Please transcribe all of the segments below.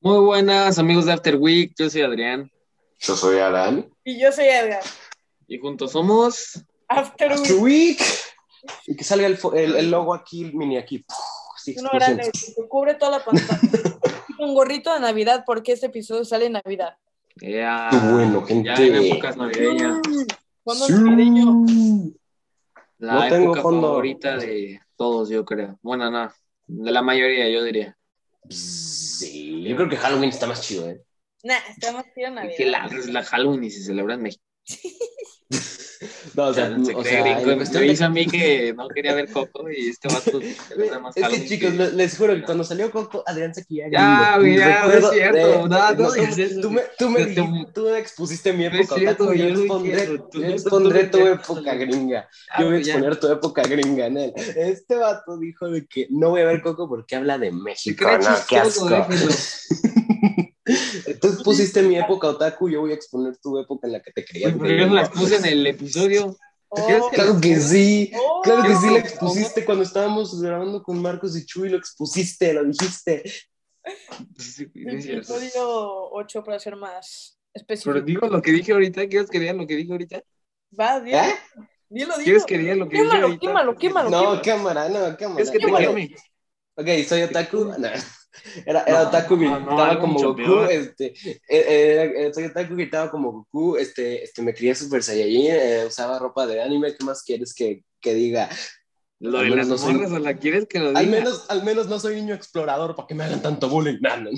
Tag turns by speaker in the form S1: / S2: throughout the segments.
S1: Muy buenas amigos de After Week, yo soy Adrián
S2: Yo soy Alan.
S3: Y yo soy Edgar.
S1: y juntos somos
S3: After
S2: After
S3: Week,
S2: Week. Y que salga el, fo- el- el logo aquí, el mini aquí. Puf, Así,
S3: uno
S2: explosión.
S3: grande, que cubre toda la pantalla. Un gorrito de Navidad, porque este episodio sale en Navidad.
S1: ya,
S2: Qué bueno,
S1: Ah, ya
S2: gente.
S1: en épocas navideñas,
S3: Cuando
S2: Sí.
S3: navideño.
S1: la
S2: No tengo
S1: época
S2: fondo.
S1: favorita de todos, yo creo. Bueno, no, de la mayoría, yo diría.
S2: Sí, yo creo que Halloween está más chido, ¿eh?
S3: Nah, está más chido en
S1: Y que
S3: Navidad.
S1: la, la Halloween y se celebra en México.
S2: No, o
S1: O sea,
S2: sea,
S1: se
S2: o
S1: cree
S2: sea, eh,
S1: gringo.
S2: en
S1: Me
S2: cuestión de-
S1: dice a mí que no quería ver Coco y este vato celebra más
S2: eh, Es que
S1: Halloween
S2: chicos,
S1: que-
S2: le- les juro que cuando salió Coco, Adrián se quillaba.
S1: Ya, güey, ya, no es cierto.
S2: de-
S1: no, no,
S2: eh, no,
S1: digas eso.
S2: Tú me, tú, me,
S1: Te-
S2: dijiste- tú me expusiste mi
S1: No
S2: época
S1: es cierto,
S2: otaku,
S1: yo
S2: yo
S1: no
S2: expondré,
S1: entiendo, tú-
S2: yo
S1: tú-
S2: expondré
S1: tú-
S2: tu
S1: tú-
S2: época gringa.
S1: Ah,
S2: Yo voy a
S1: pues ya.
S2: exponer tu época gringa en él. Este vato dijo de que no voy a ver Coco porque habla de
S1: Se
S2: México.
S1: cree
S2: No, qué
S1: chistoso,
S2: asco.
S1: déjenlo.
S2: Tú pusiste mi época otaku, yo voy a exponer tu época en la que te creías.
S1: Güey, pero Pues, yo
S2: gringo.
S1: no las puse en el episodio.
S3: Oh,
S1: ¿Quieres que
S2: Claro que sí.
S3: oh,
S2: Claro que sí
S1: Yo-
S2: la expusiste cuando estábamos grabando con Marcos y Chuy, lo expusiste, lo dijiste.
S1: No es cierto.
S3: Episodio 8 para ser más específico.
S1: Pero digo lo que dije ahorita, ¿quieres que vean lo que dije ahorita?
S3: Va, dilo.
S2: ¿Eh?
S3: Dilo, dilo.
S1: ¿Quieres que diga lo que dije
S3: Quémalo,
S1: ahorita?
S3: quémalo, quémalo.
S2: No, cámara, no, cámara.
S1: ¿Quieres que te
S2: cámara.
S1: queme?
S2: Ok, soy otaku. No. Era, era
S1: No,
S2: otaku,
S1: no, no,
S2: gritaba
S1: algo
S2: como
S1: mucho
S2: Goku.
S1: peor.
S2: Este, eh, eh, era- soy otaku, gritaba como Goku. Este, este, me crié Super Saiyajin, eh, usaba ropa de anime. ¿Qué más quieres que, que diga?
S1: Lo
S2: Al
S1: de
S2: menos
S1: las
S2: no soy-
S1: morras, ¿o la quieres que lo diga?
S2: Al menos, al menos no soy niño explorador para que me hagan tanto bullying. No, no,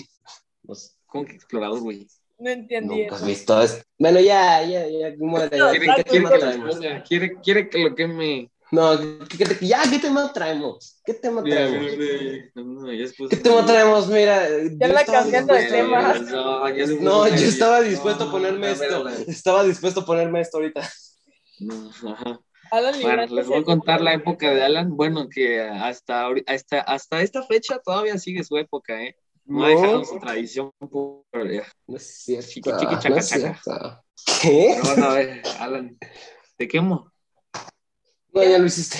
S2: no sé,
S1: ¿Cómo que explorador, güey?
S3: No entendí.
S2: nunca has visto esto. Bueno, ya, ya, ya. muere, ya,
S1: ¿Quiere,
S2: ¿Qué, qué,
S1: quiere
S2: tema
S1: que,
S2: traemos?
S1: o sea, quiere- quiere que lo queme?
S2: No, ¿qué, qué te- ya, ¿qué tema traemos? ¿Qué tema traemos?
S1: No, no, ya expuse-
S2: ¿Qué tema traemos? Mira,
S3: Ya
S2: yo
S3: la
S2: estaba
S3: cambiaste de
S2: dispuesto-
S3: tema.
S1: No, ya le puse
S2: No, yo
S1: nervioso.
S2: estaba dispuesto a
S1: No,
S2: ponerme
S1: no,
S2: esto.
S1: no,
S2: Estaba dispuesto a ponerme esto ahorita.
S1: no, ajá.
S3: Alan
S1: Bueno,
S3: Librante
S1: les voy a contar la época de Alan. Bueno, que hasta, ahori- hasta, hasta esta fecha todavía sigue su época, ¿eh? No, ha
S2: No,
S1: dejaron su tradición por...
S2: no es cierto.
S1: Chiqui, chiqui, chaca,
S2: Ah, no es
S1: chaca.
S2: cierto. ¿Qué?
S1: Pero van a ver, Alan, ¿te quemo?
S2: No, ya lo hiciste.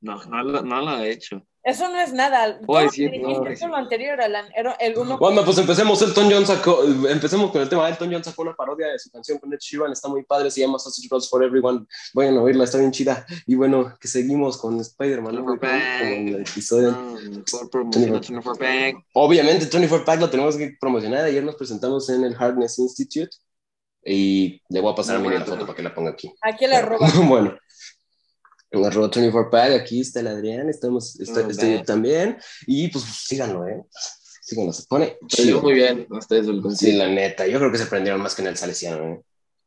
S1: No, no, lo- no lo he hecho.
S3: Eso no es nada. Todo
S1: Voy a
S3: lo que
S1: decir, no,
S3: dijiste
S1: güey.
S3: es lo anterior, Alan. Era el uno.
S2: Bueno, pues empecemos. Elton John sacó, empecemos con el tema. Elton John sacó una parodia de su canción con Ed Sheeran. Está muy padre. Se llama Sausage Rolls for Everyone. Vayan a oírla, está bien chida. Y bueno, que seguimos con Spider-Man. ¿no? Con el episodio.
S1: No, Ah, mejor promoción a Jennifer Bank.
S2: Obviamente, 24 Pack lo tenemos que promocionar. Ayer nos presentamos en el Hardness Institute. Y le voy a pasar
S1: No,
S2: a mí la
S1: bueno,
S2: foto
S1: tú.
S2: para que la ponga aquí.
S3: Aquí la arroba.
S2: bueno. En arroba 24 pack, aquí está el Adrián, estamos, está-
S1: Ok.
S2: estoy yo también. Y pues síganlo, ¿eh? Síganlo, se pone
S1: Salió
S2: chido.
S1: muy bien ustedes del
S2: Sí,
S1: concierto.
S2: la neta, yo creo que se prendieron más que en el Salesiano, ¿eh?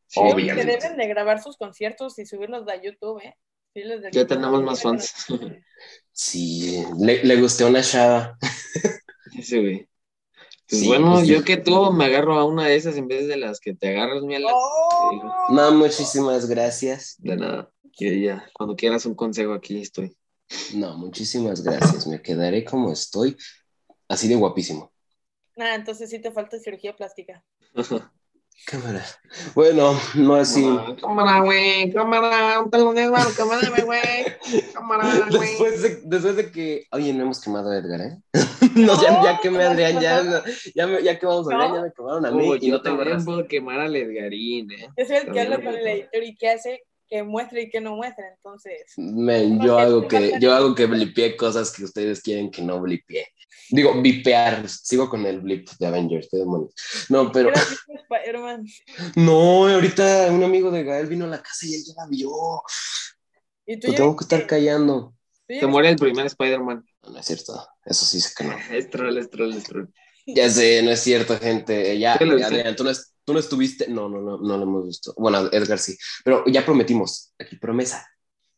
S1: Sí,
S3: Creo
S2: Obviamente.
S3: Que deben de grabar sus conciertos y subirlos a YouTube, ¿eh? Sí, les
S1: Ya tenemos más fans.
S2: Sí, le, le gustó una chava.
S1: Sí, güey. Pues
S2: Sí,
S1: bueno,
S2: pues sí.
S1: yo que tú me agarro a una de esas en vez de las que te agarras, mi Alan.
S3: ¡Oh!
S2: No, muchísimas gracias.
S1: De nada. Que ya, cuando quieras un consejo aquí estoy.
S2: No, muchísimas gracias. Me quedaré como estoy, así de guapísimo.
S3: Ah, entonces sí te falta cirugía plástica.
S2: Cámara. Bueno, no así.
S1: Cámara, Cámara, güey. Cámara, un pelón de barro, cámara, güey. Cámara, güey.
S2: Después de, después de que. Oye, no hemos quemado a Edgar, ¿eh? no, ya, ya quemé a Adrián, ya, no, ya, me- ya quemamos a Adrián, ya me quemaron a mí.
S1: Oh,
S2: y
S1: yo
S2: no te
S1: también
S2: agarras.
S1: puedo quemar al Edgarín, eh.
S3: Yo soy el que habla
S1: Pero-
S3: con el editor y qué hace, que muestre y que no muestre. Entonces,
S2: Men, yo hago que, yo hago que blipeé cosas que ustedes quieren que no blipeé. Digo, vipear. Sigo con el blip de Avengers, qué demonios. No, pero.
S3: era tipo Spider-Man.
S2: No, ahorita un amigo de Gael vino a la casa y él ya la vio.
S3: Y tú
S2: Lo
S3: ya
S2: tengo que
S3: viste-
S2: estar callando.
S3: tú ya
S1: Se muere el primer Spider-Man.
S2: No, no es cierto. Eso sí sé que no.
S1: Es troll, es troll, es troll.
S2: Ya sé, no es cierto, gente. Eh, Ya,
S1: ¿Qué lo viste?
S2: Adrián, tú no, es- tú no estuviste. No, no, no, no lo hemos visto. Bueno, Edgar sí. Pero ya prometimos, aquí promesa.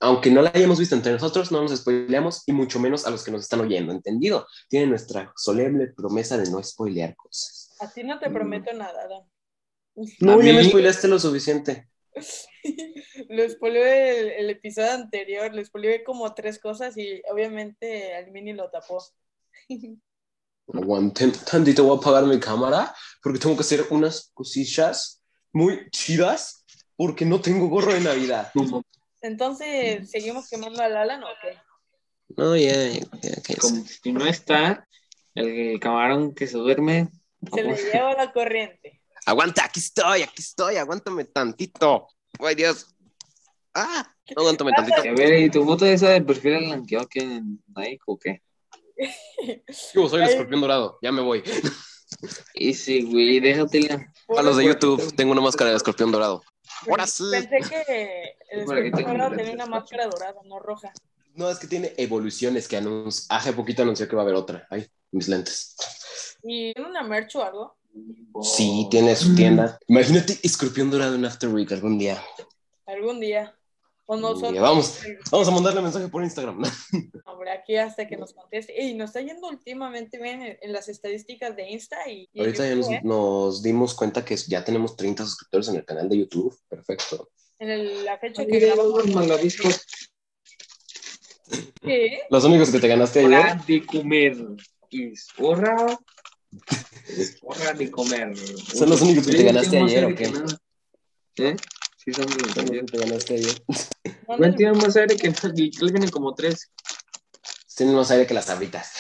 S2: Aunque no la hayamos visto entre nosotros, no nos spoileamos y mucho menos a los que nos están oyendo, ¿entendido? Tiene nuestra solemne promesa de no spoilear cosas.
S3: A ti no
S1: Mm.
S3: te prometo nada, Adam.
S2: No, ya
S1: mí?
S2: me spoileaste lo suficiente.
S3: Lo spoileó el, el episodio anterior, lo spoileé como tres cosas y obviamente al mini lo tapó.
S2: Aguanten tantito, voy a apagar mi cámara porque tengo que hacer unas cosillas muy chidas porque no tengo gorro de Navidad.
S1: Como,
S3: Entonces, ¿seguimos quemando al Alan o qué?
S2: No, ya, ya, ya, ya, ya.
S1: como si no está el, camarón que se duerme,
S3: Se le lleva la corriente.
S2: Aguanta, aquí estoy, aquí estoy, aguántame tantito. Ay, Dios. Ah, aguántame tantito.
S1: A ver, ¿y tu foto esa del perfil blanqueado que en Nike o qué?
S2: Yo soy el
S3: Ay.
S2: escorpión dorado, ya me voy.
S1: Y sí, güey, déjatela.
S2: A los de YouTube, tengo una máscara de escorpión dorado. Ahora sí.
S3: Pensé que el
S1: Para que
S3: escorpión
S1: tenga
S3: dorado
S1: la
S3: tenía una
S1: satisfacción.
S3: máscara dorada, no roja.
S2: No, es que tiene evoluciones que anuncia. Hace poquito anunció que va a haber otra. Ay, mis lentes.
S3: ¿Y tiene una merch o algo?
S1: Oh.
S2: Sí, tiene su tienda. Imagínate escorpión dorado en After Week algún día.
S3: Algún día. Con
S2: Algún
S3: nosotros.
S2: día. Vamos, vamos a mandarle mensaje por Instagram.
S3: Hombre, aquí hasta que nos conteste. Y nos está yendo últimamente bien en, en las estadísticas de Insta y, y
S2: Ahorita ya
S3: YouTube,
S2: nos,
S3: ¿eh?
S2: nos dimos cuenta que ya tenemos 30 suscriptores en el canal de YouTube. Perfecto.
S3: ¿eh? en el- la fecha que grabamos.
S1: Malvaviscos.
S3: ¿Qué?
S2: Los únicos que te ganaste ayer.
S1: Hora de comer. Es hora. Es hora de comer.
S2: Son los únicos que te
S1: Sí,
S2: ganaste
S1: tienen más
S2: ayer,
S1: aire
S2: ¿o
S1: que
S2: qué?
S1: nada. ¿Eh? Sí, son los
S2: los únicos
S1: ayer.
S2: que te ganaste ayer.
S3: ¿Dónde-
S1: Bueno, tienen más aire que nada. Literal tienen como tres.
S2: Tienen más aire que las sabritas.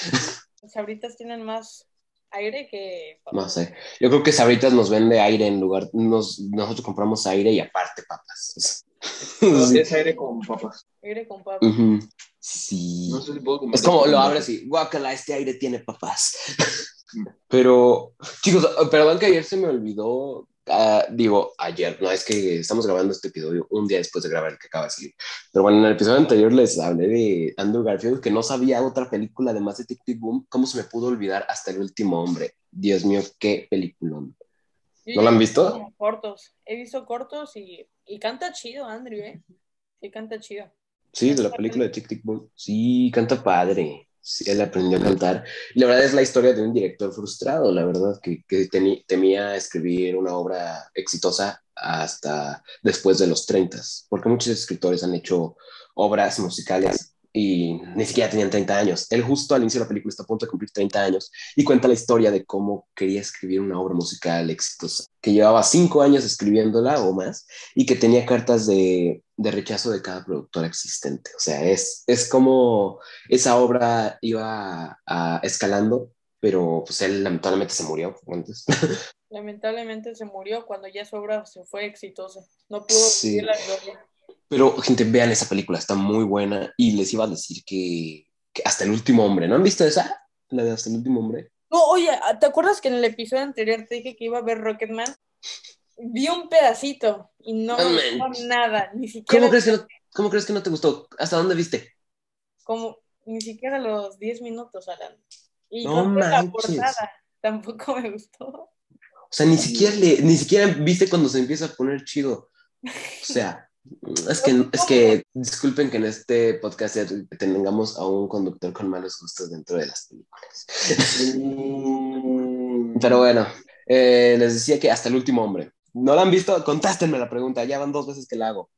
S3: Las ahoritas tienen más aire que...
S2: Más aire. Yo creo que sabritas nos vende aire en lugar. Nos, nosotros compramos aire y aparte papas. Sí.
S1: Es aire con papas.
S3: Aire con papa.
S2: Ujú. Sí.
S1: No sé si puedo comer.
S2: Es como lo abres y, guácala, este aire tiene papás. Pero, chicos, perdón que ayer se me olvidó, ah, digo, ayer, no, es que estamos grabando este episodio un día después de grabar el que acaba de salir. Pero bueno, en el episodio anterior les hablé de Andrew Garfield, que no sabía otra película además de Tic Tic Boom, ¿cómo se me pudo olvidar hasta el último hombre? Dios mío, qué peliculón.
S3: Yo
S2: ¿No
S3: ya
S2: la han
S3: he
S2: visto?
S3: como Cortos. He visto cortos y, y canta chido, Andrew, ¿eh? Sí, canta chido.
S2: Sí, de la película de Tic Tic Boom. Sí, canta padre. Sí, él aprendió a cantar. Y la verdad es la historia de un director frustrado, la verdad, que, que teni- temía escribir una obra exitosa hasta después de los 30, porque muchos escritores han hecho obras musicales y ni siquiera tenían 30 años. Él justo al inicio de la película está a punto de cumplir 30 años y cuenta la historia de cómo quería escribir una obra musical exitosa, que llevaba 5 años escribiéndola o más y que tenía cartas de, de rechazo de cada productora existente. O sea, es, es como esa obra iba ah, escalando, pero pues él lamentablemente se murió antes.
S3: Lamentablemente se murió cuando ya su obra se fue exitosa. No pudo
S2: Sí.
S3: vivir la gloria.
S2: Pero, gente, vean esa película, está muy buena y les iba a decir que, que hasta el último hombre, ¿no han visto esa? La de hasta el último hombre.
S3: No, oye, ah, ¿te acuerdas que en el episodio anterior te dije que iba a ver Rocketman? Vi un pedacito y no
S2: No
S3: me gustó
S2: manches.
S3: nada, ni
S2: ¿Cómo
S3: siquiera,
S2: crees, que no, ¿Cómo crees que no te gustó? ¿Hasta dónde viste?
S3: como, ni siquiera los 10 minutos, Alan. Y
S2: No
S3: con la
S2: manches.
S3: portada tampoco me gustó.
S2: O sea, ni siquiera, le, ni siquiera viste cuando se empieza a poner chido. O sea, es que, es que disculpen que en este podcast ya tengamos a un conductor con malos gustos dentro de las películas.
S1: Mm,
S2: Pero bueno, eh, les decía que hasta el último hombre. ¿No la han visto? Contástenme la pregunta, ya van dos veces que la hago.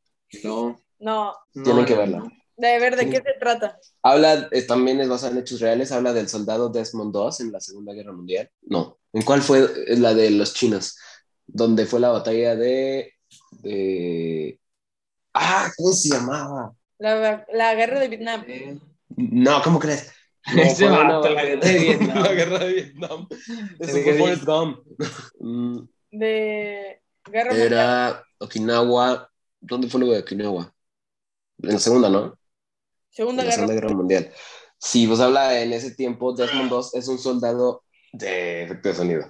S1: No.
S3: No,
S1: no,
S2: Tienen que
S1: no,
S2: verla.
S1: no.
S3: de ver, ¿de
S2: Sí.
S3: qué se trata?
S2: Habla, eh, también es basada en hechos reales, habla del soldado Desmond Doss en la Segunda Guerra Mundial. No, ¿en cuál fue Eh, la de los chinos? Donde fue la batalla de... de... Ah, ¿cómo se llamaba?
S3: La, la guerra de Vietnam.
S1: Eh,
S2: No, ¿cómo crees? No,
S1: Ese
S2: fue una-
S1: vato, la guerra de Vietnam.
S2: La guerra de Vietnam. Eso
S1: Sí,
S2: fue
S1: sí.
S2: Forrest Gump. Mm,
S3: De guerra mundial.
S2: Era Okinawa. ¿Dónde fue lo de Okinawa? En la segunda, ¿no?
S3: Segunda
S2: la Segunda
S3: guerra. Ah.
S2: Guerra Mundial. Sí, pues habla en ese tiempo, Desmond Doss es un soldado de efecto de sonido.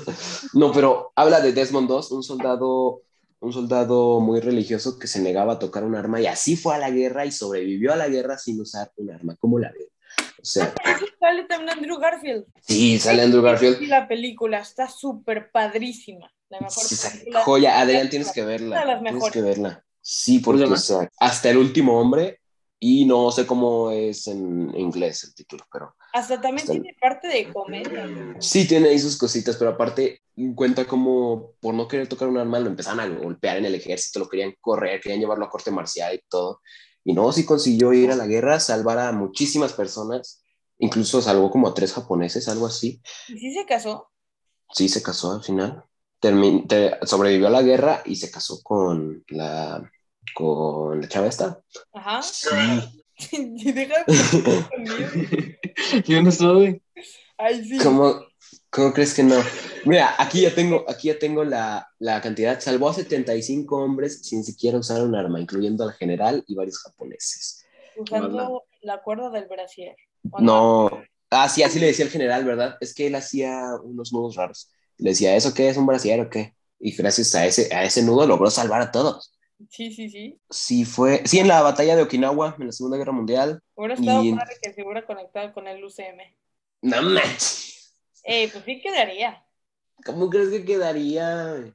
S2: no, pero habla de Desmond Doss, un soldado, un soldado muy religioso que se negaba a tocar un arma y así fue a la guerra y sobrevivió a la guerra sin usar un arma. ¿Cómo la ven? O sea,
S3: Ahí Sale también Andrew Garfield.
S2: sí, sale Andrew Garfield.
S3: Y la película está súper padrísima. La mejor
S2: Sí, esa
S3: película.
S2: joya, Adrián, tienes que
S3: Una de
S2: verla.
S3: las
S2: Tienes
S3: mejores.
S2: que verla. Sí, porque
S1: ¿Cómo
S2: o
S1: se
S2: sea, hasta el último hombre y no sé cómo es en inglés el título, pero
S3: Hasta también
S2: Hasta-
S3: tiene parte de comedia.
S2: Sí, tiene ahí sus cositas, pero aparte mm, cuenta como por no querer tocar un arma lo empezaban a golpear en el ejército, lo querían correr, querían llevarlo a corte marcial y todo. Y no, sí consiguió ir a la guerra, salvar a muchísimas personas, incluso salvó como a tres japoneses, algo así.
S3: ¿Y sí se casó?
S2: Sí, se casó al final. Termin- te- sobrevivió a la guerra y se casó con la, con la chava esta.
S3: Ajá.
S2: Sí.
S3: Y deja de-
S1: Yo no soy.
S3: Ay, sí.
S2: ¿Cómo, ¿Cómo crees que no? Mira, aquí ya tengo, aquí ya tengo la, la cantidad. Salvó a 75 hombres sin siquiera usar un arma, incluyendo al general y varios japoneses.
S3: Usando la cuerda del brasier. ¿O
S2: No. Ah, sí, así le decía el general, ¿verdad? Es que él hacía unos nudos raros. Le decía, ¿eso qué es un brasier o qué? Y gracias a ese, a ese nudo logró salvar a todos.
S3: Sí, sí, sí.
S2: Sí, fue. Sí, en la batalla de Okinawa, en la Segunda Guerra Mundial.
S3: Hubiera estado
S2: Y-
S3: padre que se hubiera conectado con el UCM.
S2: No manches.
S3: Eh, pues sí quedaría.
S2: ¿Cómo crees que quedaría?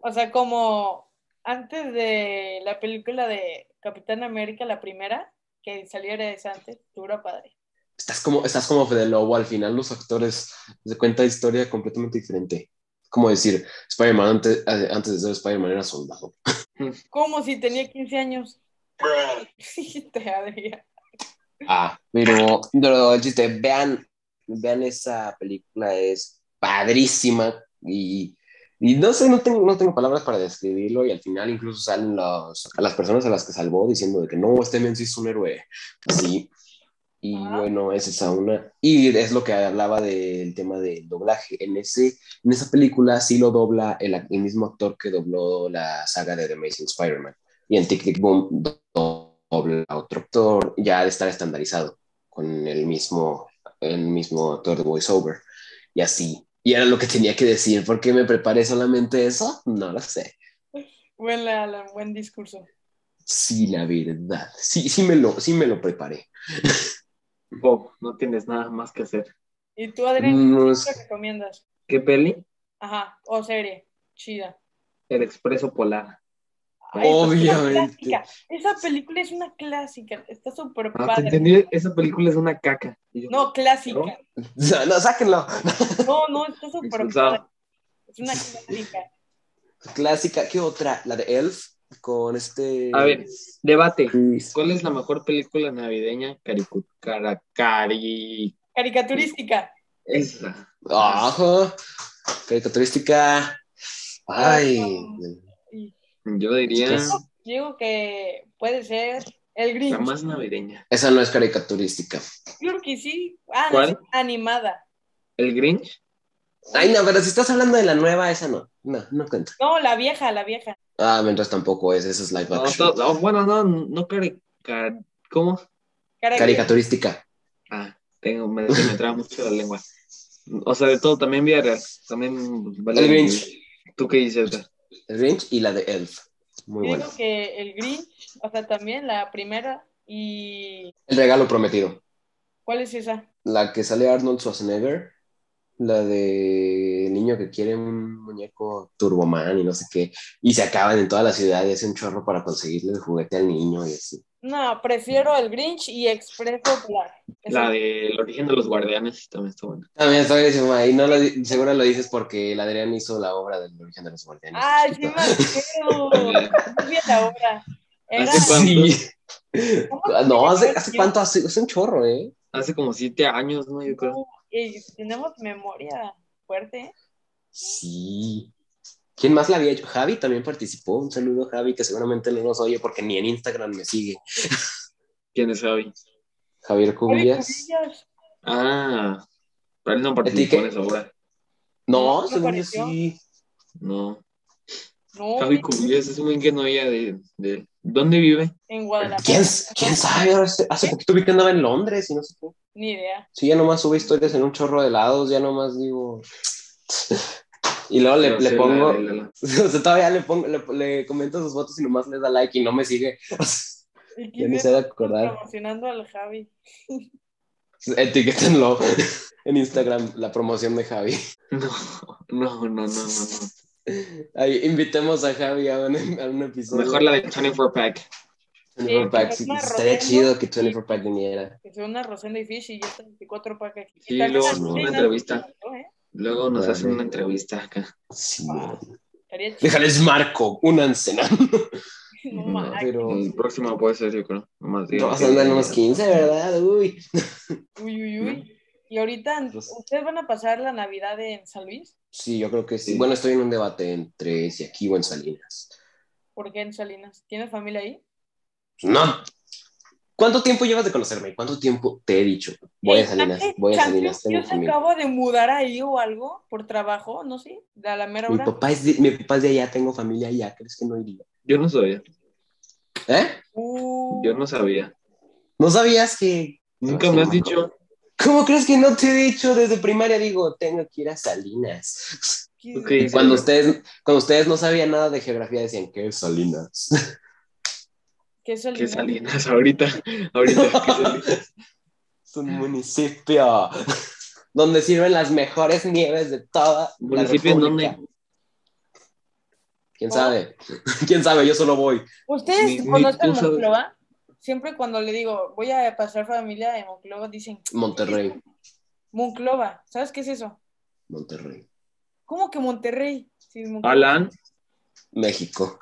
S3: O sea, como antes de la película de Capitán América, la primera, que saliera esa antes, estuviera padre.
S2: Estás como, estás como Fede Lobo, al final los actores se cuenta historia completamente diferente. Como decir, Spider-Man antes, eh, antes de ser Spider-Man era soldado.
S3: Como si tenía 15 años. Sí, te haría.
S2: Ah, pero, pero el chiste, vean, vean esa película, es padrísima y, y no sé, no tengo, no tengo palabras para describirlo y al final incluso salen los, a las personas a las que salvó diciendo de que no, este men sí es un héroe. Sí. Y
S3: Ah.
S2: bueno, esa es una. Y es lo que hablaba del tema del doblaje. En, ese, en esa película sí lo dobla el, ac- el mismo actor que dobló la saga de The Amazing Spider-Man. Y en Tic Tic Boom do- dobla a otro actor, ya de estar estandarizado con el mismo, el mismo actor de voiceover. Y así. Y era lo que tenía que decir. ¿Por qué me preparé solamente eso? No lo sé.
S3: Buen, la- la- buen discurso.
S2: Sí, la verdad. Sí, sí me lo, sí me lo preparé.
S1: Bob, no tienes nada más que hacer.
S3: ¿Y tú, Adrián,
S2: No
S3: qué
S2: sé.
S3: recomiendas?
S1: ¿Qué peli?
S3: Ajá, o serie. Chida.
S1: El Expreso Polar.
S3: Ay, esa es una
S2: Obviamente.
S3: clásica. Esa película es una clásica. Está súper
S1: Ah, te
S3: padre.
S1: entendí, esa película es una caca. Y yo,
S3: No, clásica.
S2: No, sáquenlo.
S3: No, no, está súper
S1: Expulsado.
S3: padre. Es una clásica.
S2: Clásica, ¿qué otra? La de Elf con este.
S1: A ver. Debate.
S2: Chris.
S1: ¿Cuál es la mejor película navideña caricu- cara- cari...
S3: Caricaturística.
S1: Esa.
S2: Ajá. Caricaturística. Ay.
S1: Yo diría
S2: Expreso.
S3: Digo que puede ser el
S1: la
S3: Grinch.
S1: más navideña.
S2: Esa no es caricaturística.
S3: Yo creo que sí. Ah, no,
S1: ¿Cuál?
S3: es animada.
S1: ¿El Grinch?
S2: Ay, no, pero si estás hablando de la nueva, esa no. No, no cuenta.
S3: No, la vieja, la vieja.
S2: Ah, mientras tampoco es, esa es live
S1: No, to-
S2: action.
S1: no, bueno, no, no cari... car- ¿Cómo?
S3: Cara-
S2: Caricaturística.
S1: Ah, tengo, me, se me traba mucho la lengua. O sea, de todo, también Villarreal. También... vale,
S2: El Grinch.
S1: ¿Tú qué dices?
S2: El Grinch y la de Elf. Muy
S3: Yo
S2: buena.
S3: digo que el Grinch, o sea, también la primera. ¿Y
S2: El regalo prometido.
S3: cuál es esa?
S2: La que sale Arnold Schwarzenegger. La de el niño que quiere un muñeco Turboman y no sé qué. Y se acaban en toda la ciudad y hace un chorro para conseguirle el juguete al niño y así.
S3: No, prefiero el Grinch y Expreso Polar. Esa-
S1: La del origen de los guardianes también está buena.
S2: También está buenísimo. Ahí no lo, di- seguro lo dices porque el Adrián hizo la obra del origen de los guardianes.
S3: Ay, sí me acuerdo. Muy bien la obra. Era
S1: Así fue.
S2: Sí. No, hace, hace
S3: Yo-
S2: cuánto, hace, hace un chorro, ¿eh?
S1: Hace como siete años, ¿no? Yo creo.
S3: y tenemos memoria fuerte. ¿eh?
S2: Sí. ¿Quién más la había hecho? Javi también participó. Un saludo, Javi, que seguramente no nos oye porque ni en Instagram me sigue.
S1: ¿Quién es Javi?
S2: Javier Cumbias.
S3: Cubillas.
S1: Ah, pero él no participó
S2: Etique.
S1: en esa obra.
S2: No,
S3: ¿No
S2: según yo
S3: apareció?
S2: sí.
S1: No.
S3: No,
S1: Javi Cubillas es un que no había de, de- ¿Dónde vive?
S3: en Guadalajara.
S2: ¿Quién, quién sabe? Ahora Hace, hace poquito vi que andaba en Londres y no sé qué.
S3: Ni idea.
S2: Sí, ya nomás sube historias en un chorro de lados, ya nomás digo. Y luego le,
S1: Pero
S2: le
S1: sí, la-
S2: pongo.
S1: la- la-
S2: O sea, todavía le, pongo, le, le comento sus fotos y nomás le da like y no me sigue. Ya
S3: Y
S2: ni se
S3: quisiera
S2: ha de acordar.
S3: promocionando al Javi.
S2: Etiquétenlo en Instagram, la promoción de Javi.
S1: No, no, no, no, no. no.
S2: Ahí invitemos a Javi a un, a un episodio.
S1: Mejor la de 24 Pack.
S2: 24 Pack.
S3: Sí,
S2: Sí,
S3: más
S2: estaría
S3: rodeando.
S2: chido que 24 Pack viniera.
S3: Que sea una Rosenda y Fish y ya está 24 para aquí.
S1: Sí,
S3: También
S1: luego
S3: así,
S2: una
S3: ¿no?
S1: entrevista.
S3: ¿Eh?
S1: Luego nos
S2: Vale.
S1: hacen una entrevista acá.
S2: Sí, man.
S3: Estaría chido.
S2: Déjales marco, únanse, ¿no?
S3: No,
S1: No,
S3: ma,
S2: Pero
S1: El próximo puede ser, yo creo. Nomás digo
S2: vamos
S1: que-
S2: a andar en unos 15, ¿verdad? Uy.
S3: Uy, uy, uy. Y ahorita,
S2: Los-
S3: ¿ustedes van a pasar la Navidad en San Luis?
S2: Sí, yo creo que sí.
S1: Sí.
S2: Bueno, estoy en un debate entre si aquí o en Salinas.
S3: ¿Por qué en Salinas? ¿Tienes familia ahí?
S2: No. ¿Cuánto tiempo llevas de conocerme? ¿Cuánto tiempo te he dicho? Voy a Salinas,
S3: Chance-
S2: voy a
S3: chance,
S2: Salinas, tengo
S3: Yo se
S2: familia.
S3: acabo de mudar ahí o algo por trabajo, no sé, a la mera
S2: Mi
S3: hora.
S2: papá, es de, mi papá es de allá, tengo familia allá, ¿crees que no iría?
S1: Yo no sabía,
S2: ¿Eh?
S3: Uh,
S1: yo no sabía.
S2: ¿No sabías que...?
S1: Nunca me has dicho.
S2: ¿Cómo crees que no te he dicho desde primaria? Digo, tengo que ir a Salinas.
S3: qué-
S1: Ok.
S2: Y
S1: Sí,
S2: cuando
S1: sí.
S2: ustedes, cuando ustedes no sabían nada de geografía, decían, ¿qué es Salinas?
S3: qué solidez.
S1: ¿Qué salinas? Ahorita, ahorita. ¿qué salinas?
S2: es un municipio donde sirven las mejores nieves de toda
S1: ¿Municipio en
S2: la
S1: dónde?
S2: República. ¿Quién sabe? ¿Quién sabe? Yo solo voy.
S1: Ni-
S3: ¿Ustedes
S1: ni
S3: conocen
S1: tú sabes.
S3: Monclova? Siempre cuando le digo, voy a pasar familia de Monclova, dicen,
S2: Monterrey,
S3: Monclova, ¿sabes qué es eso?
S2: Monterrey,
S3: ¿Cómo que Monterrey? Sí, Monclova.
S1: Alan,
S2: México.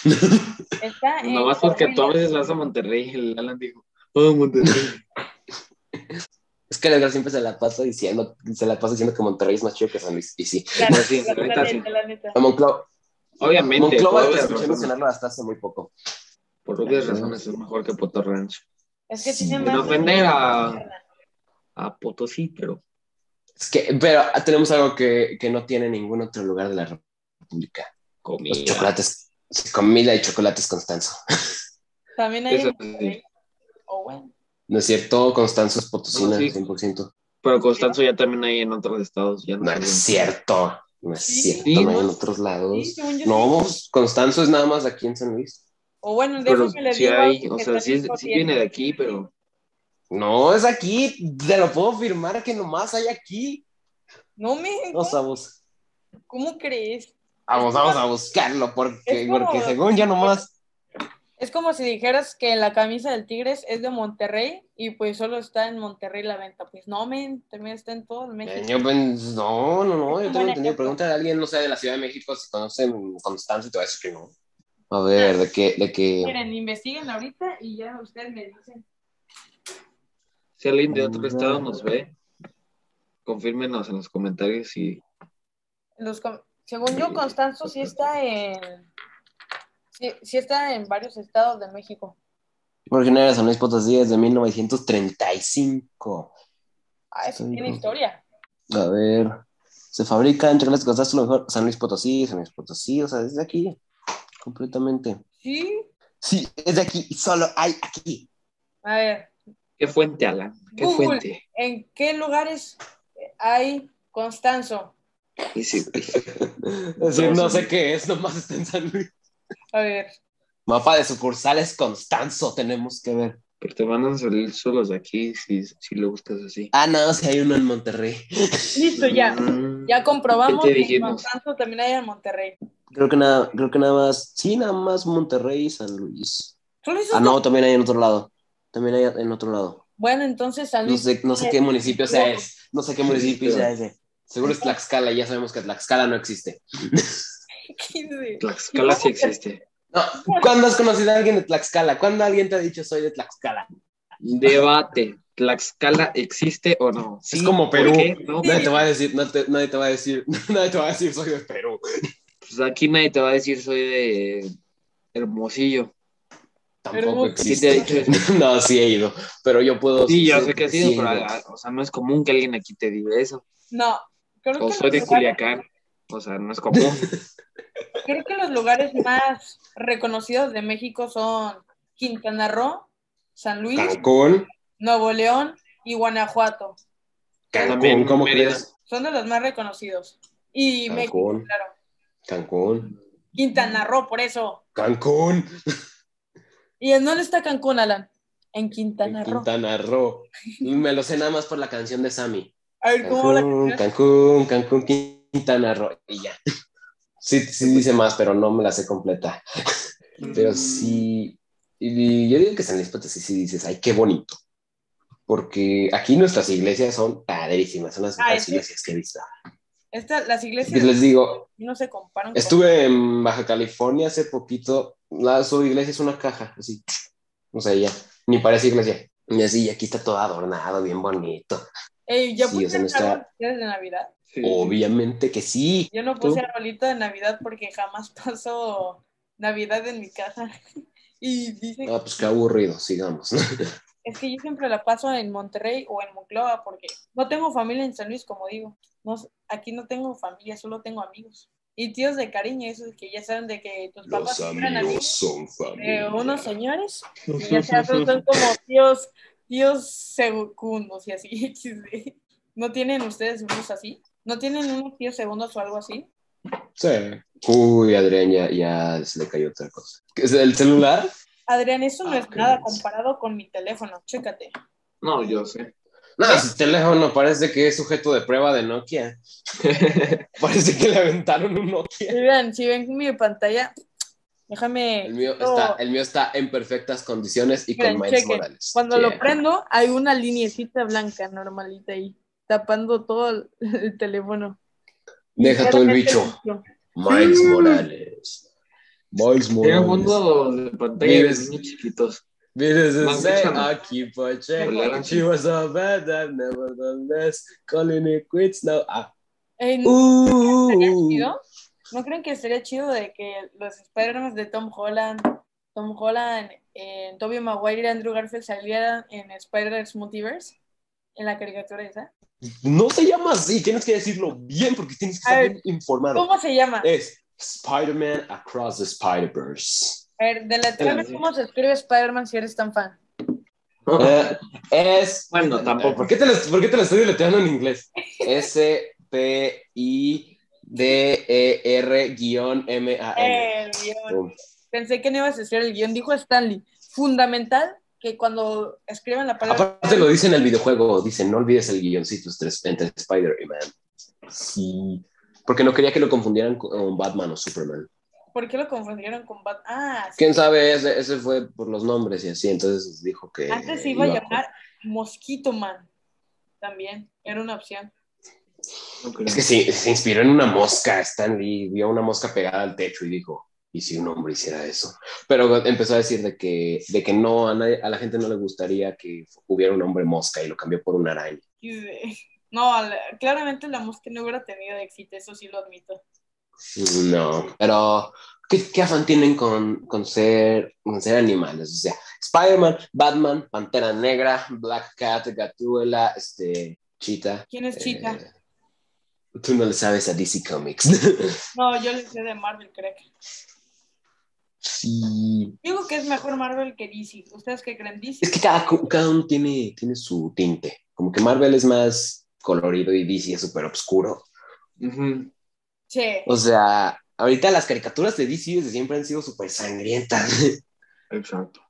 S3: Está en
S1: nomás porque tú a
S3: Coahuila.
S1: veces vas a Monterrey, el Alan dijo, oh, Monterrey.
S2: Es que Edgar siempre se la pasa diciendo, se la pasa diciendo que Monterrey es más chido que San Luis. Y sí.
S3: La,
S1: Sí,
S3: la- la
S1: ahorita
S3: neta,
S1: sí.
S3: la neta.
S2: A Monclo-
S1: Obviamente, por
S2: Monclova lo
S1: obvias
S2: escuché
S1: razones.
S2: mencionarlo hasta hace muy poco.
S1: Por obvias razones es mejor que Potorrancho.
S3: Es que
S2: Sí,
S3: tiene
S1: sin
S3: más.
S1: ofender a- A Potosí, pero.
S2: Es que, pero tenemos algo que, que no tiene ningún otro lugar de la República. Los
S1: Comida.
S2: chocolates, comida y chocolates Constanzo.
S3: También hay.
S1: Eso
S3: en Monterrey. O "Oh, bueno.
S2: ¿No es cierto? Constanzo es potosina,
S1: Sí.
S2: 100%.
S1: Pero Constanzo ya también hay en otros estados. Ya no
S2: No
S1: sé.
S2: es cierto. No es
S3: Sí.
S2: cierto.
S1: Sí,
S2: no hay
S1: ¿no?
S2: en otros lados.
S3: Sí, según yo sí.
S2: No, pues, Constanzo es nada más aquí en San Luis.
S3: O bueno,
S1: Pero
S3: déjenme les
S1: sí
S3: digo
S1: hay,
S3: algo
S1: o
S3: que
S1: sea, sí,
S3: también
S1: es- sí
S3: conviene.
S1: viene de aquí, pero.
S2: No, es aquí. Te lo puedo firmar que nomás hay aquí.
S3: No me.
S2: No sabemos.
S3: ¿Cómo crees?
S2: Vamos, vamos a buscarlo porque,
S3: Es como-
S2: porque según yo nomás.
S3: Es como si dijeras que la camisa del Tigres es de Monterrey y pues solo está en Monterrey la venta. Pues no, men, también está en todo el México.
S2: Eh, Yo, pen- no, no, no, yo tengo
S3: Es un buen
S2: entendido.
S3: ejemplo.
S2: Pregúntale a alguien, no sé, de la Ciudad de México si conocen Constanzo y te va a decir que no. A ver, de qué, de qué.
S3: Miren, investiguen ahorita y ya ustedes me dicen.
S1: Si alguien de otro estado nos ve, confírmenos en los comentarios y.
S3: Los com- Según yo, Constanzo sí está en. Sí, sí está en varios estados de México.
S2: Originaria de San Luis Potosí desde 1935.
S3: Ah, eso
S2: Sí,
S3: tiene
S2: no.
S3: historia.
S2: A ver. Se fabrica en chocolates Constanzo, lo mejor San Luis Potosí, San Luis Potosí, o sea, desde aquí. Completamente.
S3: Sí.
S2: Sí, es de aquí, y solo hay aquí.
S3: A ver,
S1: ¿Qué fuente, Alan? ¿Qué
S3: Google.
S1: fuente?
S3: ¿en qué lugares hay Constanzo?
S1: Y sí,
S2: Eso no sé qué es, nomás está en San Luis.
S3: A ver.
S2: Mapa de sucursales Constanzo, tenemos que ver.
S1: pero te mandan a salir solos de aquí si, si lo buscas así.
S2: Ah, no, si hay uno en Monterrey.
S3: Listo, ya.
S1: Mm,
S3: Ya comprobamos
S1: ¿Qué te
S3: que en
S1: dijimos?
S3: Constanzo también hay en Monterrey.
S2: Creo que nada, creo que nada más, sí, nada más Monterrey y San Luis.
S3: Solo esos
S2: Ah,
S3: dos.
S2: no, también hay en otro lado. También hay en otro lado.
S3: Bueno, entonces San
S2: No
S3: Luis.
S2: sé, no sé qué municipio sea ese. No sé qué municipio sea ese. Seguro es Tlaxcala, ya sabemos que Tlaxcala no existe.
S1: Tlaxcala sí existe.
S2: No, ¿cuándo has conocido a alguien de Tlaxcala? ¿Cuándo alguien te ha dicho soy de Tlaxcala?
S1: Debate. ¿Tlaxcala existe o no?
S2: Es como
S1: ¿por
S2: Perú.
S1: qué no?
S2: Nadie te va a decir, no te- nadie te va a decir, nadie te va a decir soy de Perú.
S1: Pues aquí nadie te va a decir soy de Hermosillo.
S2: Tampoco
S3: Perú.
S1: ¿Quién te ha
S2: existe.
S1: dicho eso?
S2: No, sí he ido, pero yo puedo.
S1: Sí, yo sé que ha sido,
S2: sí he
S1: pero
S2: ido.
S1: ah, o sea, no es común que alguien aquí te diga eso.
S3: No, creo
S1: O
S3: que,
S1: Oh, soy de
S3: los lugares,
S1: Culiacán. O sea, no es común.
S3: creo que los lugares más reconocidos de México son Quintana Roo, San Luis,
S2: Cancún,
S3: Nuevo León y Guanajuato.
S2: Cancún,
S1: También
S2: ¿cómo
S1: Mérida.
S2: crees?
S3: Son de los más reconocidos. Y México,
S2: Cancún.
S3: claro.
S2: Cancún,
S3: Quintana Roo, por eso.
S2: Cancún,
S3: ¿Y en dónde está Cancún, Alan? En Quintana Roo.
S2: Quintana Roo. Me lo sé nada más por la canción de Sammy.
S3: A ver, ¿cómo la
S2: Cancún, Cancún, Cancún, Quintana Roo. Y ya. Sí, sí dice más, pero no me la sé completa. Pero
S3: Mm.
S2: sí. Y yo digo que San Luis Potosí sí dices, ay, qué bonito. Porque aquí nuestras iglesias son padrísimas, son las
S3: Ah,
S2: mejores
S3: sí.
S2: iglesias que he visto.
S3: Esta, las
S2: Y
S3: iglesias
S2: Pues les digo,
S3: no se comparan. con-
S2: estuve en Baja California hace poquito, la, su iglesia es una caja, así. O sea, ya, ni parece iglesia. Y así, y aquí está todo adornado, bien bonito.
S3: Ey, ¿Ya
S2: Sí, o sea,
S3: pusieron
S2: no está-
S3: árboles de Navidad?
S1: Sí.
S2: Obviamente que sí.
S3: Yo no puse
S1: ¿Tú?
S3: arbolito de Navidad porque jamás paso Navidad en mi casa. Y dice,
S2: Ah, pues qué aburrido, sigamos.
S3: Es que yo siempre la paso en Monterrey o en Monclova porque no tengo familia en San Luis, como digo. No, aquí no tengo familia, solo tengo amigos. Y tíos de cariño, esos que ya saben de que tus papás
S2: Los
S3: eran
S2: amigos
S3: amigos
S2: son
S3: de
S2: familia.
S3: unos señores. Y ya se hacen son como tíos, tíos secundos y así. XD. ¿No tienen ustedes unos así? ¿No tienen unos tíos segundos o algo así?
S2: Sí. Uy, Adrián, ya, ya se le cayó otra cosa. ¿Qué es ¿El celular?
S3: Adrián, eso no
S2: Ah,
S3: es
S2: ok.
S3: nada comparado con mi teléfono. Chécate.
S1: No, yo sé.
S2: No,
S3: ¿Eh?
S2: su teléfono parece que es sujeto de prueba de Nokia. Parece que le aventaron un Nokia.
S3: Si ven, si ven mi pantalla, déjame.
S2: El mío,
S3: Oh.
S2: está, el mío está en perfectas condiciones y
S3: Miren,
S2: con Miles
S3: chequen.
S2: Morales.
S3: Cuando
S2: Yeah.
S3: lo prendo, hay una liniecita blanca normalita ahí, tapando todo el, el teléfono.
S2: Deja todo el bicho. Miles
S3: Sí.
S2: Morales. Miles
S1: Tiene un
S2: Morales.
S1: mundo de pantalla de
S2: Vives.
S1: niños chiquitos.
S2: This
S1: Más
S2: is say
S1: bicho, ¿no?
S2: Aki
S1: Hablaron.
S2: Pacheco. She was a bad and nevertheless calling it quits now. Ah.
S3: Ey, ¿no, estaría
S2: Uh.
S3: chido? ¿No creen que estaría chido de que los Spider-Man de Tom Holland, Tom Holland, eh, Tobey Maguire y Andrew Garfield salieran en Spider-Man's Multiverse? En la caricatura esa.
S2: No se llama así. Tienes que decirlo bien porque tienes que
S3: A
S2: estar
S3: ver.
S2: bien informado.
S3: ¿Cómo se llama?
S2: Es Spider-Man Across the Spider-Verse.
S3: A ver, de la trama, ¿cómo se escribe Spider-Man si eres tan fan?
S2: Eh, es.
S1: Bueno, tampoco.
S2: ¿Por qué te lo, por qué te lo estoy deletreando en inglés? E S-P-I-D-E-R-M-A-N.
S3: El guión.
S2: Pum.
S3: Pensé que no ibas a decir el guión. Dijo Stanley. Fundamental que cuando escriban la palabra.
S2: Aparte lo dice en el videojuego, dice, no olvides el guioncito entre, entre Spider y Man. Sí. Porque no quería que lo confundieran con Batman o Superman.
S3: ¿Por qué lo confundieron con Bat? Ah, sí.
S2: ¿Quién sabe? Ese, ese fue por los nombres y así, entonces dijo que...
S3: Antes iba a
S2: iba
S3: llamar Mosquito Man. También. Era una opción.
S1: No creo.
S2: Es que se, se inspiró en una mosca, Stan Lee vio una mosca pegada al techo y dijo, ¿y si un hombre hiciera eso? Pero empezó a decir de que, de que no, a, nadie- a la gente no le gustaría que hubiera un hombre mosca y lo cambió por una araña.
S3: Y de- No, la- claramente la mosca no hubiera tenido éxito. Eso sí lo admito.
S2: No, pero ¿qué, qué afán tienen con, con, ser, con ser animales? O sea, Spider-Man, Batman, Pantera Negra, Black Cat, Gatuela, este, Cheetah.
S3: ¿Quién es Chica?
S2: Eh, tú no le sabes a DC Comics.
S3: No, yo le sé de Marvel, creo.
S2: sí,
S3: Digo que es mejor Marvel que DC. ¿Ustedes qué creen? DC.
S2: Es que cada, cu- cada uno tiene, tiene su tinte. Como que Marvel es más colorido y DC es súper oscuro.
S1: Ujú.
S3: Sí.
S2: O sea, ahorita las caricaturas de DC desde siempre han sido súper sangrientas.
S1: Exacto.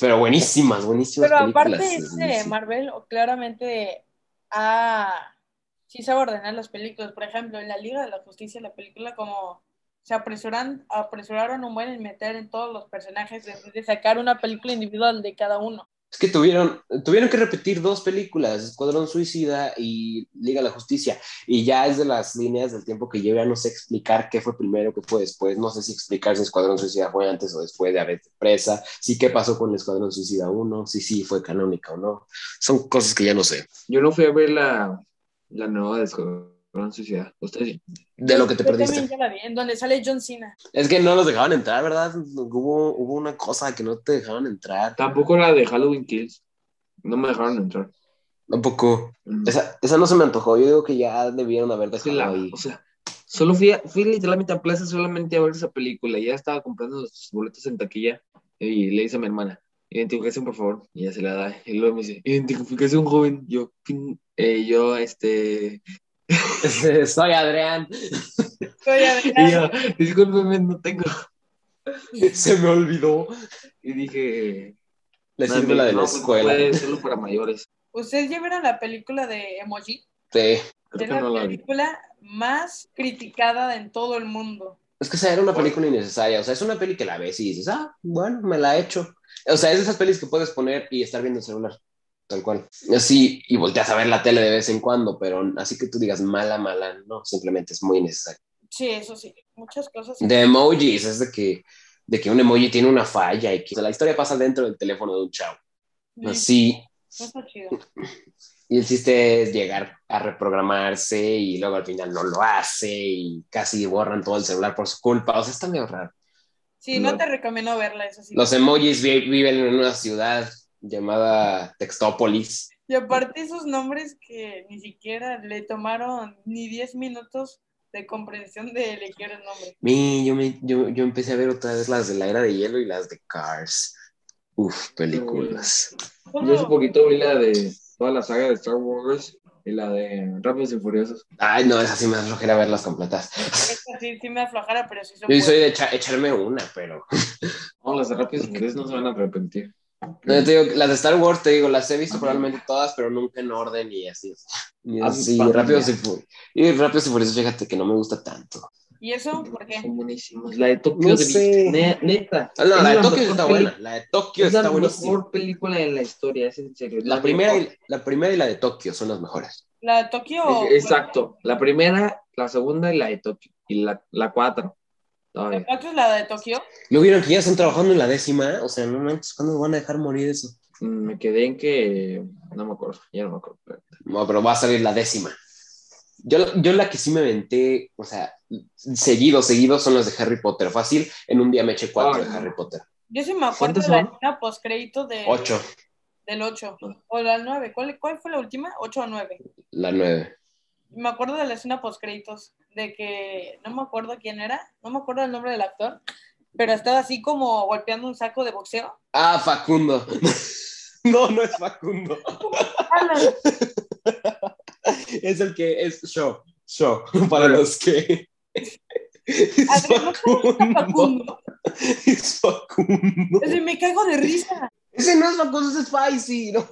S2: Pero buenísimas, buenísimas
S3: Pero aparte
S2: películas.
S3: este de Marvel, o claramente ah, sí sabe ordenar las películas. Por ejemplo, en la Liga de la Justicia, la película como se apresuran, apresuraron un buen en meter en todos los personajes en vez de sacar una película individual de cada uno.
S2: Es que tuvieron, tuvieron que repetir dos películas, Escuadrón Suicida y Liga de la Justicia. Y ya es de las líneas del tiempo que yo ya no sé explicar qué fue primero, qué fue después. No sé si explicar si Escuadrón Suicida fue antes o después de haber presa. Sí, qué pasó con Escuadrón Suicida 1. Sí, sí, fue canónica o no. Son cosas que ya no sé.
S1: Yo no fui a ver la, la nueva de Escuadrón Suicida. Ustedes sí.
S2: De lo que te
S3: Yo también
S2: perdiste.
S3: ya la vi, en donde sale John Cena.
S2: Es que no los dejaban entrar, ¿verdad? Hubo, hubo una cosa que no te dejaban entrar.
S1: Tampoco la de Halloween Kills. No me dejaron entrar.
S2: Tampoco.
S1: Mm.
S2: Esa, esa no se me antojó. Yo digo que ya debieron haber
S1: Es que
S2: dejado
S1: la-
S2: ahí.
S1: o sea, solo fui, a- fui literalmente a plaza solamente a ver esa película. Ya estaba comprando los boletos en taquilla y le dice a mi hermana, identificación por favor. Y ella se la da. Y luego me dice, identificación joven. Yo, "Pin". Eh, yo, este,
S2: Soy Adrián.
S3: Pero ya ves,
S1: y yo, discúlpeme, no tengo.
S2: Se me olvidó.
S1: Y dije,
S2: La
S1: "Mami,
S2: sirve la de
S1: no,
S2: la
S1: pues,
S2: escuela.
S1: puede solo para mayores.
S3: ¿Ustedes pues, ya vieron la película de Emoji?
S2: Sí.
S1: Creo
S3: es
S1: que
S3: la
S1: no la vi.
S3: película más criticada en todo el mundo.
S2: Es que esa era una película innecesaria. O sea, es una peli que la ves y dices, ah, bueno, me la he hecho. O sea, es de esas pelis que puedes poner y estar viendo el celular. Tal cual. Así, y volteas a ver la tele de vez en cuando, pero así que tú digas mala, mala, no, simplemente es muy innecesario.
S3: Sí, eso sí, muchas cosas.
S2: De emojis, es de que, de que un emoji tiene una falla y que o sea, la historia pasa dentro del teléfono de un chavo. Así,
S3: No está chido.
S2: Y el chiste es llegar a reprogramarse y luego al final no lo hace y casi borran todo el celular por su culpa. O sea, está medio raro.
S3: Sí, no
S1: No.
S3: te recomiendo verla, eso sí.
S2: Los emojis vi- viven en una ciudad llamada Textópolis.
S3: Y aparte esos nombres que ni siquiera le tomaron ni 10 minutos de comprensión de le quiero el nombre.
S2: Mi, yo, me, yo, yo empecé a ver otra vez las de la era de hielo y las de Cars. Uf, películas.
S1: Yo hace poquito vi la de toda la saga de Star Wars y la de Rápidos y Furiosos.
S2: Ay, no, es así me flojera verlas completas.
S3: Esta sí, sí me aflojara, pero sí son
S2: Yo soy
S3: buenas.
S2: de echa- echarme una, pero...
S1: No, las de Rápidos y Furiosos no se van a arrepentir.
S2: No, yo te digo, las de Star Wars, te digo, las he visto probablemente todas, pero nunca en orden y así. Y
S1: Ah,
S2: así,
S1: padre,
S2: rápidos
S1: ya.
S2: y furiosos. Y rápidos y furiosos, fíjate que no me gusta tanto.
S3: ¿Y eso? ¿Por qué?
S1: Son buenísimas. La de Tokio
S2: No
S1: Drift,
S2: sé.
S1: ne- neta.
S2: Ah, No,
S1: Es
S2: la de
S1: mejor
S2: Tokio está
S1: peli-
S2: buena, la de Tokio
S1: Es la
S2: está buenísima.
S1: mejor película de la historia, es en serio.
S2: La primera, y, la primera y la de Tokio son las mejores.
S3: ¿La de Tokio? o-
S1: Exacto. La primera, la segunda y la de Tokio. Y la, la cuatro.
S3: ¿La
S1: Todavía.
S3: cuatro es la de Tokio?
S2: ¿No vieron que ya están trabajando en la décima? O sea, no manches, ¿cuándo van a dejar morir eso?
S1: Mm, Me quedé en que. No me acuerdo, ya no me acuerdo. pero-
S2: No, pero va a salir la décima. Yo, yo la que sí me aventé, o sea, seguido, seguido son las de Harry Potter. Fácil, en un día me eché cuatro
S1: Ay,
S2: de
S1: no.
S2: Harry Potter.
S3: Yo sí me acuerdo
S1: ¿Cuántas
S3: de la
S1: son?
S3: escena postcrédito de,
S2: Ocho,
S3: del 8 o la 9. ¿Cuál, ¿Cuál fue la última? 8 o 9.
S2: la nueve.
S3: Me acuerdo de la escena postcréditos, de que no me acuerdo quién era, no me acuerdo el nombre del actor, pero estaba así como golpeando un saco de boxeo.
S2: Ah, Facundo. No, no es Facundo.
S3: Alan,
S2: Es el que es show. Show. Para los que. Es
S3: Adrián, ¿no está
S2: Facundo.
S3: Facundo.
S2: Es Facundo.
S3: O sea, me cago de risa.
S2: Ese no es Facundo, ese es Spicy. No.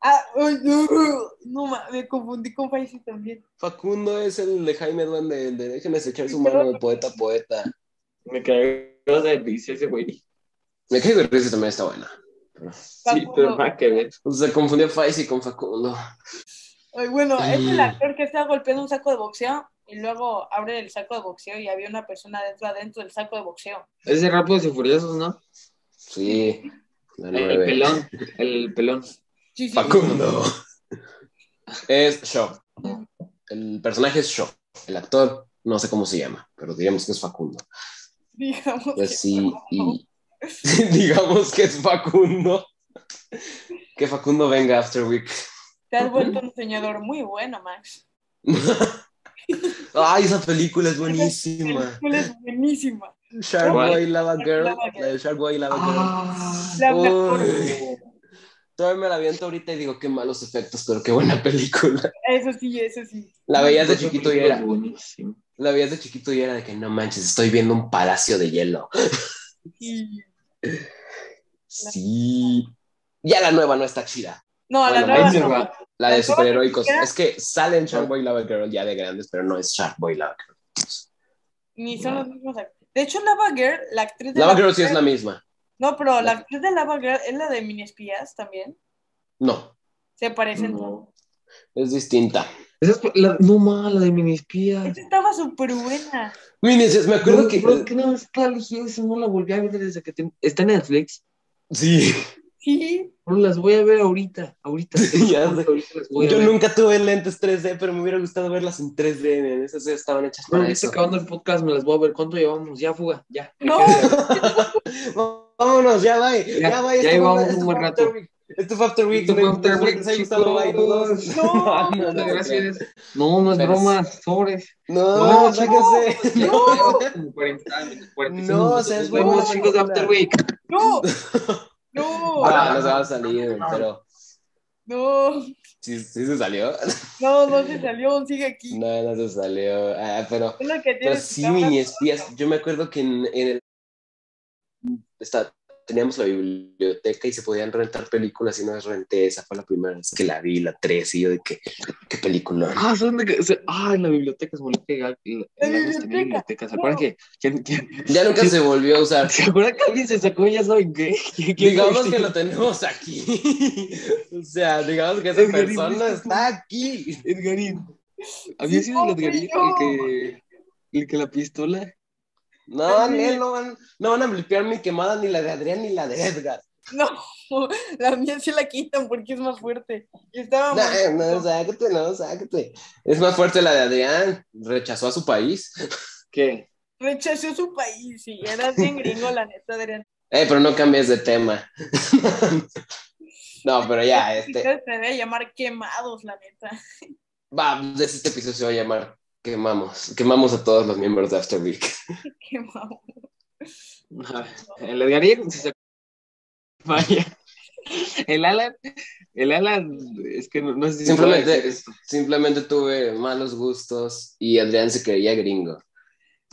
S3: Ah, uy, uh, no, ma- me confundí con Faisy también.
S2: Facundo es el de Jaime Duende, el de déjenme echar su mano de poeta a poeta.
S1: Me cagué de risa ese güey.
S2: Me cae de risa también está buena.
S1: Sí,
S3: Facundo.
S1: pero nada que ver.
S2: O sea, confundió Faisy con Facundo.
S3: Ay, bueno, es el
S2: Mm.
S3: actor que estaba golpeando un saco de boxeo y luego abre el saco de boxeo y había una persona dentro adentro del saco de boxeo.
S1: Es de Rápidos y Furiosos, ¿no?
S2: Sí. La
S1: El,
S2: nueve.
S1: pelón. El pelón.
S3: Sí, sí,
S2: Facundo. Es Shaw. El personaje es Shaw. El actor, no sé cómo se llama, pero digamos que es Facundo.
S3: digamos que-
S2: Pues sí, y E. digamos que es Facundo. Que Facundo venga After Week.
S3: Te has vuelto un soñador muy bueno, Max.
S2: Ay, esa película es
S3: La
S2: buenísima.
S3: película es buenísima.
S2: Shark
S1: ¿Cuál?
S2: Boy Lava Girl.
S3: Lava Girl.
S2: La de Shark Boy Lava Girl.
S1: Ah,
S3: La mejor.
S2: Uy, todavía me la aviento ahorita y digo qué malos efectos, pero qué buena película.
S3: Eso sí, eso sí.
S2: La veías de chiquito y era.
S1: Buenísimo.
S2: La veías de chiquito y era de que no manches, estoy viendo un palacio de hielo.
S3: Y-
S2: Sí. Ya la nueva no está chida.
S3: No, a la
S2: Bueno,
S3: nueva
S1: ahí se
S3: no.
S1: va.
S2: La de
S3: ¿La nueva
S2: superheroicos.
S3: ni siquiera?
S2: Es que salen Sharkboy y Lava Girl ya de grandes, pero no es Sharkboy y Lava Girl.
S3: Ni son los mismos actores. De hecho, Lava Girl, la actriz de
S2: Lava Girl sí es la misma.
S3: No, pero la actriz de Lava Girl es la de Mini Espías también.
S2: No,
S3: Se parecen.
S1: No.
S2: es distinta.
S1: Esa es la, no ma, la de Minispías.
S3: Esta estaba súper buena.
S2: Minions, me acuerdo
S1: No,
S2: que.
S1: no, que no, es que la elegí, esa no la volví a ver desde que ten- está en Netflix.
S2: Sí.
S3: Sí.
S1: No las voy a ver ahorita, ahorita.
S2: Ya sé.
S1: Ahorita las voy a
S2: Yo
S1: ver.
S2: nunca tuve lentes 3D, pero me hubiera gustado verlas en 3D. men. Esas ya estaban hechas
S1: Bueno,
S2: para
S1: ahorita
S2: eso.
S1: acabando el podcast me las voy a ver. ¿Cuánto llevamos? Ya, fuga, ya.
S3: No.
S2: Vámonos, ya va. Ya va.
S1: ya
S2: esto fue-
S1: llevamos
S2: esto
S1: un
S2: fue
S1: buen
S2: After
S1: rato.
S2: Week. Esto fue After Week.
S1: Esto fue
S2: men.
S1: After
S2: Espero que
S1: Week,
S2: les haya gustado, bye.
S1: chicos.
S2: No, no, no,
S1: Muchas gracias. No, no es
S2: Gracias.
S1: broma, sobres.
S2: No,
S1: No,
S2: sáquense.
S1: No, como 40, 45
S2: No,
S1: minutos.
S2: seas
S1: Nos vemos,
S2: buena,
S1: chicos de
S2: Nicolás.
S1: After Week.
S3: No. No.
S2: Ah, no se va a salir, pero.
S3: No.
S2: ¿Sí, sí se salió?
S3: No, no se salió. aún Sigue aquí.
S2: No, no se salió. Ah, pero.
S3: Es lo que
S2: Pero
S3: tienes.
S2: sí, mini espías. Yo me acuerdo que en, en el. está- teníamos la biblioteca y se podían rentar películas y una vez renté esa. Fue la primera vez que la vi, la 3, y yo de que. ¿Qué película?
S1: Ah, ¿son de que, se- ah, en la biblioteca se volvió a pegar. En la, en la-
S3: biblioteca.
S1: tenía biblioteca. ¿Se acuerdan que, quién- quién-
S2: Ya nunca se volvió a usar.
S1: ¿Se acuerdan que alguien se sacó ya saben qué? ¿Quién- quién
S2: Digamos
S1: fue?
S2: que lo tenemos aquí. O sea, digamos que esa
S1: Edgar,
S2: persona
S1: ¿viste tú?
S2: está aquí.
S1: Edgarín. ¿Había
S3: Sí,
S1: sido el
S3: no,
S1: Edgarín
S3: fui
S1: el que, el que la pistola?
S2: No, Nel, no van, no van a blipear mi quemada ni la de Adrián ni la de Edgar.
S3: No. La mía se la quitan porque es más fuerte. Y estaba
S2: No,
S3: muy-
S2: eh, no, sácate, no, sácate. Es más fuerte la de Adrián. Rechazó a su país.
S1: ¿Qué?
S3: Rechazó su país. Sí, era bien gringo, la neta, Adrián.
S2: Eh, pero no cambies de tema. No, pero ya,
S3: Este
S2: este.
S3: se debe llamar quemados, la neta.
S2: Va, pues, este episodio se va a llamar Quemamos. Quemamos a todos los miembros de Afterbeak.
S3: Quemados.
S1: El Edgarín, si se- Vaya. El Alan, el Alan, es que no, no sé si
S2: Simplemente-
S1: puedo decir esto.
S2: Simplemente tuve malos gustos y Adrián se creía gringo.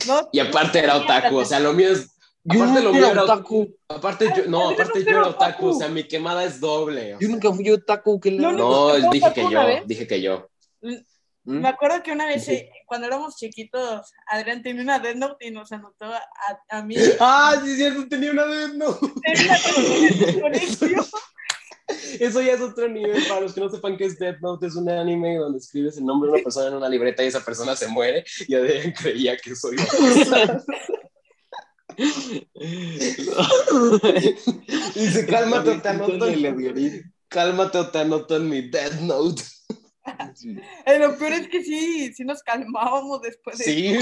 S3: No,
S2: Y aparte era otaku, o sea, lo mío es.
S1: Yo
S2: Aparte
S1: nunca
S2: lo mío
S1: era
S2: era
S1: otaku.
S2: Aparte yo, no,
S3: Adrián
S2: aparte yo era
S3: nunca era
S2: otaku,
S3: otaku.
S2: o sea, mi quemada es doble. o
S1: Yo
S2: sea.
S1: nunca fui otaku. ¿qué le-
S3: No,
S2: No,
S3: Yo
S2: dije que
S3: otaku una
S2: yo,
S3: vez.
S2: dije que yo.
S1: ¿Mm?
S3: Me acuerdo que una vez,
S2: Sí.
S3: eh, cuando éramos chiquitos, Adrián tenía una Death Note y nos anotó a, a mí.
S2: Ah, sí, es cierto, tenía una vez, no.
S3: Tenía una Death Note en el colegio.
S2: Eso ya es otro nivel. Para los que no sepan qué es Death Note, es un anime donde escribes el nombre de una persona en una libreta y esa persona se muere. Y Adrián creía que soy. Y dice, cálmate,
S1: También
S2: Otanoto.
S1: con el Edgarín.
S2: Cálmate, Otanoto, en mi Death Note.
S1: Sí.
S3: Eh, Lo peor es que sí, sí nos calmábamos después de
S2: Sí.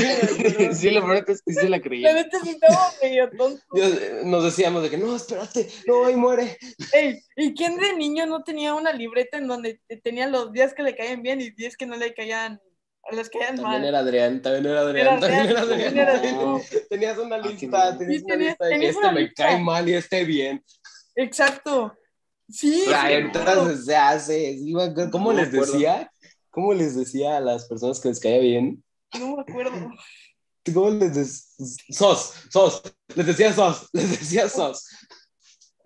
S1: Sí, la verdad es que sí se la creí.
S3: La neta sí estábamos medio tontos.
S2: Yo- Nos decíamos de que no, espérate, no, ahí muere.
S3: Ey, ¿Y quién de niño no tenía una libreta en donde te- tenía los días que le caían bien y días que no le caían, les caían
S2: También
S3: mal?
S2: era Adrián, también era Adrián,
S3: Era
S2: también era
S3: Adrián,
S2: Adrián.
S3: también era
S1: No,
S2: Tenías una
S1: qué
S2: lista,
S1: no.
S2: tenías
S3: Sí,
S2: una
S3: tenías-
S2: lista de que
S3: tenías
S2: este
S3: una
S2: me
S3: lista.
S2: cae mal y este bien.
S3: Exacto. Sí.
S2: Ah,
S3: sí, claro.
S2: entonces se hace. sí, me acuerdo. ¿Cómo
S1: No me
S2: les
S1: acuerdo.
S2: decía? ¿Cómo les decía a las personas que les caía bien?
S3: No me acuerdo.
S2: ¿Cómo les decía? Sos, sos. Les decía sos, les decía sos.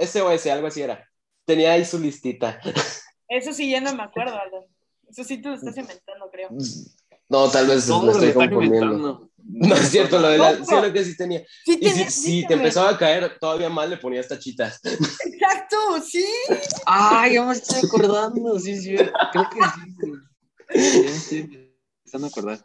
S2: SOS, algo así era. Tenía ahí su listita.
S3: Eso sí, ya no me acuerdo, Alan. Eso sí te lo
S2: Mm.
S3: estás inventando, creo.
S2: No, tal vez
S1: Todos
S2: lo
S1: le
S2: estoy
S1: están
S2: confundiendo.
S1: inventando.
S2: No es cierto, lo de la.
S3: No,
S2: Sí, lo que sí tenía.
S3: Sí,
S2: Y si,
S3: tenías-
S2: si te
S3: dígame.
S2: empezaba a caer todavía más, le ponías tachitas.
S3: Exacto, sí.
S1: Ah, ya me estoy acordando, sí, sí. Creo que sí. güey. Ya me estoy empezando a acordar.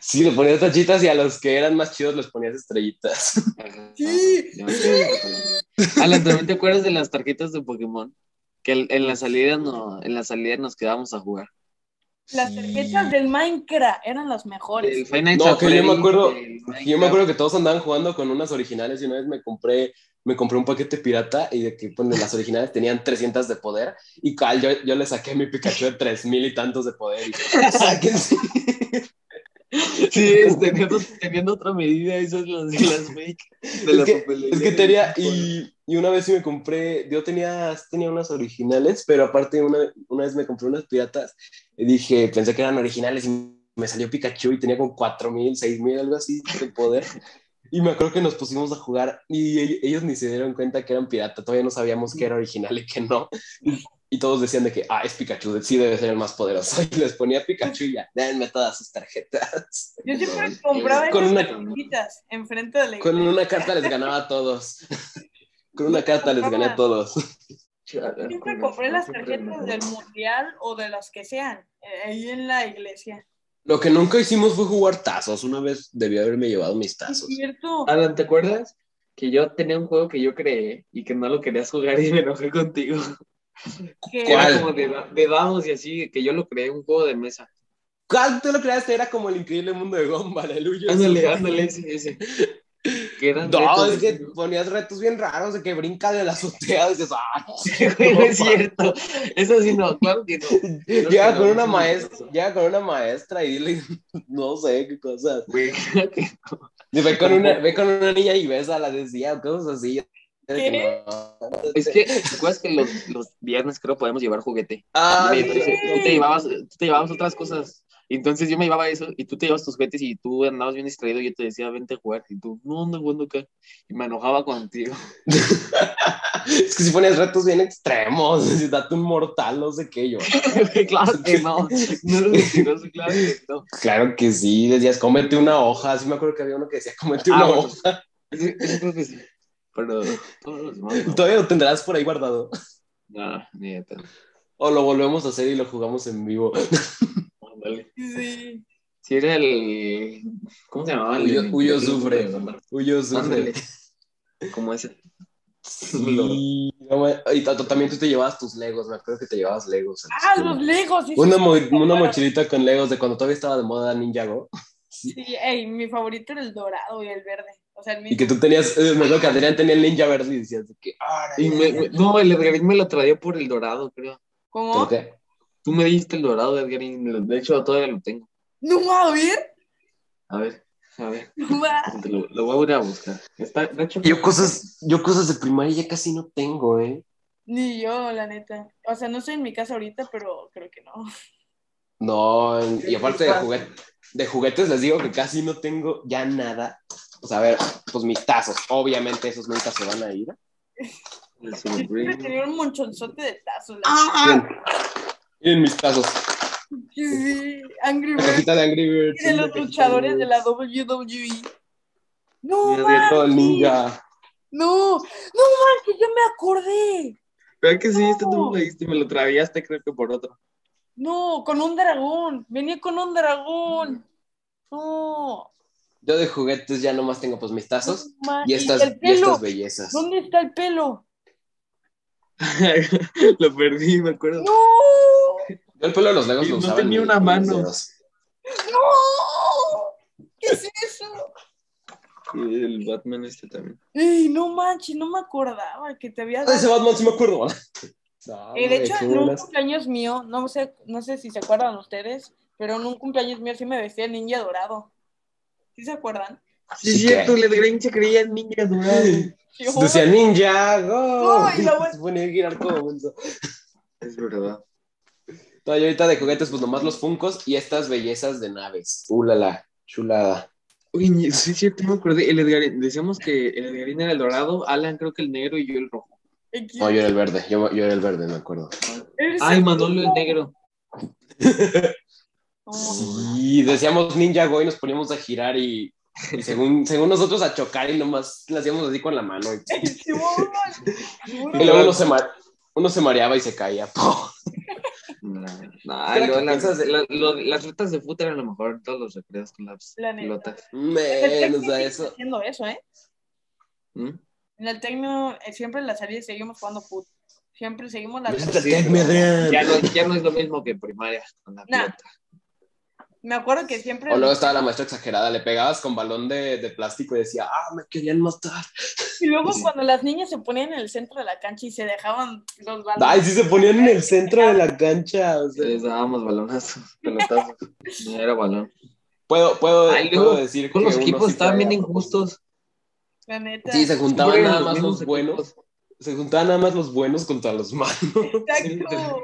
S2: Sí, le ponías tachitas y a los que eran más chidos les ponías estrellitas.
S1: Ajá.
S3: Sí.
S1: Ya me estoy acordando. Alan, ¿también te acuerdas de las tarjetas de Pokémon? Que en en la salida no, en la salida nos quedábamos a jugar.
S3: Las
S2: Sí.
S3: tarjetas del Minecraft eran las mejores.
S1: El Final
S2: No, que yo me acuerdo-
S1: del
S2: Yo me acuerdo que todos andaban jugando con unas originales y una vez me compré, me compré un paquete pirata y de que pues, las originales tenían 300 de poder y cal, yo, yo le saqué a mi Pikachu de 3000 y tantos de poder. Y, "Sáquense".
S1: Minecraft. Sí, es, teniendo, teniendo otra medida, esas las, las fake. De
S2: es,
S1: la
S2: que,
S1: papelería
S2: es que
S1: de
S2: tenía,
S1: Pokémon.
S2: y, y una vez sí me compré, yo tenía, tenía unas originales, pero aparte una, una vez me compré unas piratas y dije, pensé que eran originales y me salió Pikachu y tenía como 4000, 6000, algo así de poder. Y me acuerdo que nos pusimos a jugar y e- ellos ni se dieron cuenta que eran pirata, todavía no sabíamos que era original y que no. Y todos decían de que, ah, es Pikachu, sí debe ser el más poderoso. Y les ponía Pikachu y ya, denme todas sus tarjetas.
S3: Yo siempre compraba
S2: Con
S3: esas
S2: una-
S3: tarjetitas enfrente de la
S2: Con una carta les ganaba a todos. Con una carta les gané a todos.
S1: Chale,
S3: Siempre
S1: con
S3: compré
S1: razón,
S3: las
S1: siempre
S3: tarjetas
S1: me-
S3: del mundial o de las que sean, eh, ahí en la iglesia.
S2: Lo que nunca hicimos fue jugar tazos. Una vez debí haberme llevado mis
S3: Es
S2: tazos.
S3: cierto.
S1: Alan, ¿te acuerdas? Que yo tenía un juego que yo creé y que no lo querías jugar y me enojé contigo.
S3: que-
S1: Que era
S2: ¿Cuál?
S1: como de, da- de dados y así, que yo lo creé, un juego de mesa.
S2: ¿Cuál tú lo creaste? Era como el increíble mundo de Gumball, el huyo.
S1: Ándale, ándale, ese, ese. Que eran
S2: No,
S1: retos,
S2: es que
S1: así, ¿no?
S2: ponías retos bien raros de que brinca de la azotea y dices, ah,
S1: Güey, no es cierto. Eso sí, no, claro que no.
S2: llega con una
S1: no,
S2: maestra,
S1: no.
S2: llega con una maestra y dile, no sé qué cosas.
S1: Güey, claro que no.
S2: Y ve con una, ve con una niña y bésala, decía, o cosas así. Yo de que
S3: ¿Qué?
S2: no. este,
S1: Es que, ¿te acuerdas que los, los viernes creo podemos llevar juguete?
S2: Ah,
S1: Y
S2: sí.
S1: entonces, tú te llevabas, tú te llevabas otras cosas. Y Entonces yo me llevaba eso y tú te llevabas tus juguetes y tú andabas bien distraído. y Yo te decía, vente a jugar. Y tú, no, no, jugando acá. Y me enojaba contigo.
S2: Es que si pones retos bien extremos, si date un mortal, no sé qué, yo.
S1: claro que no. No eres mentiroso, claro que no.
S2: Claro que sí, decías, cómete una hoja. Sí me acuerdo que había uno que decía, cómete
S1: Ah,
S2: una
S1: bueno.
S2: hoja.
S1: Sí, Yo creo que sí. Pero todos los demás no.
S2: Todavía lo tendrás por ahí guardado.
S1: No, ni de pedo.
S2: O lo volvemos a hacer y lo jugamos en vivo.
S1: Ándale.
S3: Sí.
S1: Ah, Si era el. ¿Cómo se llamaba? El-
S2: Huyo,
S1: el-
S2: Huyo
S1: el-
S2: sufre. Huyo
S1: Ándale.
S2: sufre.
S1: Como ese.
S2: Sí, no me- y tanto, también tú te llevabas tus legos, me acuerdo que te llevabas legos. a la
S3: Ah,
S2: escuela.
S3: los legos. sí, sí,
S2: una, mo-
S3: sí,
S2: una
S3: claro.
S2: mochilita con legos de cuando todavía estaba de moda Ninjago.
S3: Sí, ey, mi favorito era el dorado y el verde. O sea, el
S2: Y
S3: mismo.
S2: que tú tenías, eh, me acuerdo que Adrián tenía el Ninja Verde y decías de que, ahora.
S1: Y
S2: ya,
S1: me-
S2: ya".
S1: me- no, el Edgarín me lo traía por el dorado, creo.
S3: ¿Cómo?
S2: Pero te-
S1: Tú me diste el dorado, Edgarín. lo- De hecho, todavía lo tengo.
S3: No va a ver.
S1: A ver, a ver.
S3: No va.
S1: te Lo, lo voy a ir a buscar. Está, de hecho,
S2: Yo cosas, yo cosas de primaria ya casi no tengo, ¿eh?
S3: Ni yo, la neta. O sea, no estoy en mi casa ahorita, pero creo que no.
S2: No, en- y
S3: Qué
S2: aparte de,
S3: culpa.
S2: juguet- de juguetes les digo que casi no tengo ya nada. O sea, a ver, pues mis tazos, obviamente esos nunca se van a ir.
S1: El
S3: Yo
S1: Super
S3: siempre
S1: Green.
S3: tenía un monchonzote de tazos. la
S2: Ah. Miren, miren mis tazos,
S3: neta. Sí, sí. Angry
S2: la
S3: Birds.
S2: cajita de Angry Birds.
S3: Y de los
S2: la cajita
S3: luchadores de la
S2: Angry
S3: WWE. No,
S1: Mira,
S2: Birds. Todo el
S3: manches.
S2: ninja.
S3: No, no manches, yo me acordé.
S1: ¿Verdad que sí? Este
S3: No.
S1: tú me lo diste y me lo traviaste, creo que por otro.
S3: No, con un dragón. Venía con un dragón. No.
S2: Yo de juguetes ya nomás tengo pues mis tazos
S3: no manches.
S2: y estas,
S3: el
S2: y
S3: pelo.
S2: estas bellezas.
S3: ¿Dónde está el pelo?
S1: lo perdí, me acuerdo.
S3: No.
S2: Yo el pelo de los legos
S1: Y
S2: lo
S1: no
S2: usaba
S1: tenía
S2: en-
S1: una
S2: en mis
S1: mano.
S2: dedos.
S3: No. ¿Qué es eso?
S1: Y el Batman este también.
S3: Ey, no manches, no me acordaba que te había
S2: Ah, Ese
S3: dado.
S2: Batman sí me acuerdo. No,
S3: Eh, de
S2: güey,
S3: hecho,
S2: qué
S3: en un
S2: buenas.
S3: cumpleaños mío, no sé, no sé si se acuerdan ustedes, pero en un cumpleaños mío sí me vestía de ninja dorado. ¿Sí se acuerdan?
S1: Sí, es
S2: Sí,
S1: cierto,
S2: que-
S1: el Edgarín se creía en ninja dorado.
S3: Sí,
S2: Decía ninja, go.
S3: No, y la wea-
S2: Se ponía a girar como mundo.
S1: Es verdad.
S2: No, yo ahorita de juguetes, pues nomás los funcos y estas bellezas de naves. Uh, la, la, chulada.
S1: Uy, sí, es cierto, me acordé. El Edgarín, decíamos que el Edgarín era el dorado, Alan creo que el negro y yo el rojo.
S3: X.
S2: No, yo era el verde, yo, yo era el verde, me acuerdo.
S3: Eres
S1: Ay,
S3: el-
S1: Manolo Ah, el negro.
S3: No.
S2: Y decíamos ninja go y nos poníamos a girar y, y según, según nosotros a chocar y nomás la hacíamos así con la mano. Y,
S3: Sí, mamá.
S2: y luego uno se, ma- uno se mareaba y se caía. po.
S1: No,
S2: Era
S1: lo-
S2: que
S1: las,
S2: piensas de-
S1: la- lo- las retas de fútbol eran lo mejor en todos los recreos con las
S3: La neta.
S1: pelotas.
S3: En el
S2: Menos
S3: Tecno
S2: a
S3: siguen
S2: eso.
S3: haciendo eso, ¿eh?
S1: ¿Mm?
S3: En el Tecno, eh, siempre en la salida seguimos jugando fútbol. Siempre seguimos la...
S2: Métate,
S1: Sí, pero-
S2: me rean.
S1: Ya, no, ya no es lo mismo que primaria con la
S3: Nah.
S1: pelota.
S3: Me acuerdo que siempre...
S2: O luego estaba la maestra exagerada, le pegabas con balón de, de plástico y decía, ah, me querían matar.
S3: Y luego
S1: Sí.
S3: cuando las niñas se ponían en el centro de la cancha y se dejaban los balones.
S2: Ay, sí se ponían en el centro de la cancha. o sea.
S1: Les dábamos balonazos, pelotazos. No era balón.
S2: Puedo, puedo,
S1: Ay, luego,
S2: puedo decir que
S1: Con los
S2: uno
S1: equipos
S2: sí
S1: estaban bien
S2: traía-
S1: injustos.
S3: La neta.
S2: Sí, se juntaban
S1: Siempre eran
S2: nada más
S1: mismos
S2: los buenos.
S1: equipos.
S2: Se juntaban nada más los buenos contra los malos.
S3: Exacto.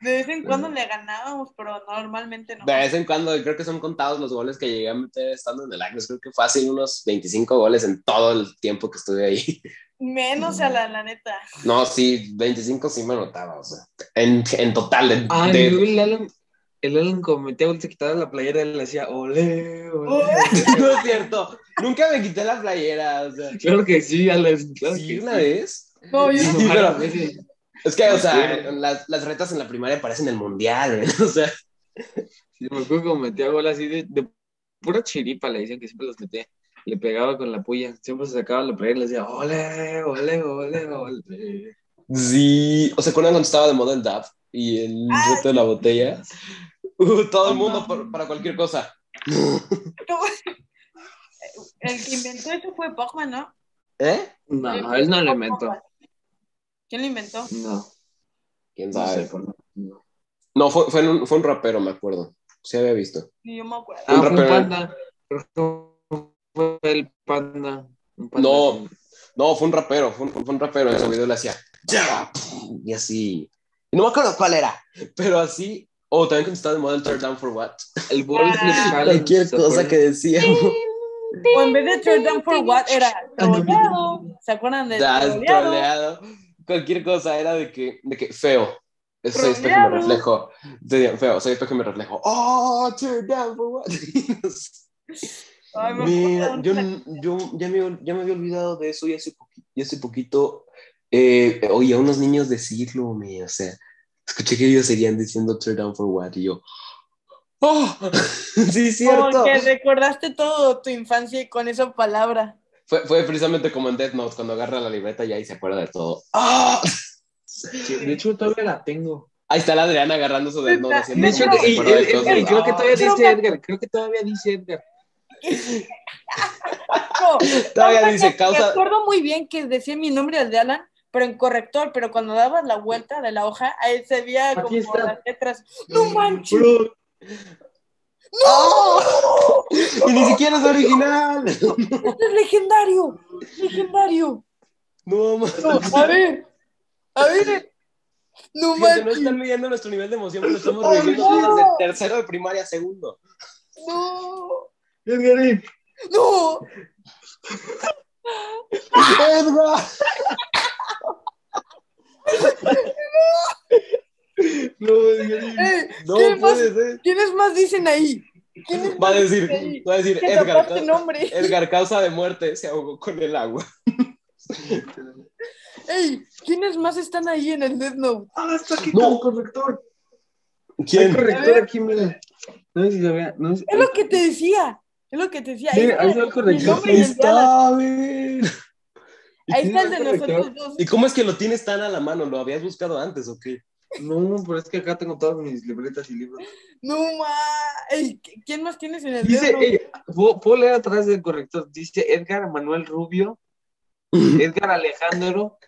S3: De vez en cuando le ganábamos, pero normalmente no.
S2: De vez en cuando, creo que son contados los goles que llegué a meter estando en el Agnes. Creo que fácil unos 25 goles en todo el tiempo que estuve ahí.
S3: Menos a la, la neta.
S2: No, sí, 25 sí me anotaba. O sea, en, en total, de,
S1: Ay,
S2: de-
S1: luego el Alan, el Alan cometía, se quitaba la playera y le decía, ole,
S3: Oh.
S1: ole.
S2: No es cierto. Nunca me quité la playera. O sea,
S1: Claro que sí, Alan. Claro
S2: sí,
S1: que
S2: una
S1: sí.
S2: vez.
S3: No, yo
S1: Sí,
S2: Sí,
S1: varias
S2: pero-
S1: veces.
S2: Es que, o sea,
S1: Bueno.
S2: las, las retas en la primaria parecen el mundial. ¿eh? O sea,
S1: Sí, me acuerdo que metía gol así de, de pura chiripa, le decían que siempre los metía. Le pegaba con la puya, siempre se sacaba la playera y le decía, ole, ole, ole, ole.
S2: Sí, o sea, acuerdan cuando estaba de moda el DAP y el reto de la botella? Uh, todo el mundo por- para cualquier cosa.
S3: No. El que inventó eso fue Pogba, ¿no?
S2: ¿Eh?
S1: No, él no lo inventó.
S3: ¿Quién lo inventó?
S1: No,
S2: ¿Quién
S1: no
S2: sabe?
S1: sé, por- no.
S2: No, fue, fue un, fue un rapero, me acuerdo. Se había visto.
S3: Ni yo me acuerdo.
S1: Ah, fue un
S2: rapero.
S1: panda. Pero fue el panda. un panda.
S2: No. No, fue un rapero, fue un, fue un rapero. En su video le hacía "Ya", y así. Y no me acuerdo cuál era, pero así. O también cuando estaba de moda el turn down for what.
S1: El ball flip
S3: Ah.
S1: challenge.
S2: Cualquier
S1: ¿se
S2: cosa
S1: acuerdan?
S2: que decíamos.
S3: O en vez de Turn Down for What era troleado. ¿Se acuerdan de
S2: Das,
S3: troleado?
S2: troleado. Cualquier cosa era de que, de que feo. Soy espejo y me
S3: Troleado.
S2: reflejo. Sí, Feo, soy espejo y me reflejo. Oh, turn down for what?
S3: Ay, me
S2: Mira,
S3: acuerdo.
S2: yo, yo ya, me, ya me había olvidado de eso y hace, poqui- y hace poquito eh, oí a unos niños decirlo, me, o sea, escuché que ellos seguían diciendo turn down for what y yo, ¡oh! sí, es cierto.
S3: Como que recordaste todo tu infancia con esa palabra.
S2: Fue, fue precisamente como en Death Note, cuando agarra la libreta y ahí se acuerda de todo. ¡Ah!
S1: Sí, de hecho, todavía la tengo.
S2: Ahí está la Adriana agarrando su Death Note.
S3: De
S2: haciendo
S1: De hecho,
S2: como que se
S1: y,
S2: acuerda de
S1: y- y-
S2: cosas.
S1: y creo que
S2: ¡Ah!
S1: todavía
S3: Pero
S1: dice
S3: me-
S1: Edgar. Creo que todavía dice Edgar.
S3: No,
S2: Todavía
S3: no,
S2: dice
S3: me- Me
S2: causa-
S3: acuerdo muy bien que decía mi nombre el de Alan, pero en corrector, pero cuando dabas la vuelta de la hoja, ahí se veía
S1: Aquí
S3: como
S1: está.
S3: las letras. ¡No manches!
S1: Bro,
S2: ¡Oh! Y ni siquiera es original.
S3: Este ¡Es legendario! ¡Legendario!
S2: No, ma-
S3: No, a ver, a ver. No
S2: Gente, no
S3: manches,
S2: están midiendo nuestro nivel de emoción, pero estamos
S1: ¡Oh,
S2: viviendo
S3: no!
S2: desde tercero de primaria a segundo.
S3: no,
S1: Edgar,
S3: no.
S2: ¡Edgar!
S1: no, Edgar.
S3: Eh,
S2: No
S3: ¿Qué
S2: puede ser.
S3: ¿Quiénes más dicen ahí? ¿Quiénes
S2: Va a decir,
S3: Sí.
S2: va a decir
S3: que
S2: Edgar,
S3: aparte
S2: causa,
S3: nombre?
S2: Edgar causa de muerte se ahogó con el agua.
S3: Ey, ¿quiénes más están ahí en el Death Note?
S1: Ah, está aquí
S2: No.
S1: con corrector. Hay
S2: ¿Quién?
S1: corrector aquí, mira. No sé si se vea. No sé.
S3: Es lo que te decía. Es lo que te decía.
S1: Mira, ahí
S3: está,
S1: está el
S3: mi
S1: corrector.
S3: nombre y el de Alan.
S2: Está bien.
S3: Ahí está el
S1: tiene
S3: de
S1: el
S3: nosotros dos.
S2: ¿Y cómo es que lo tienes tan a la mano? ¿Lo habías buscado antes o qué?
S1: No, pero es que acá tengo todas mis libretas y libros.
S3: No ma. Ey, ¿qu- ¿quién más tienes en el
S1: Dice,
S3: dedo?
S1: ey,
S2: eh,
S1: ¿puedo, puedo leer atrás del corrector? Dice Edgar Manuel Rubio, Edgar Alejandro.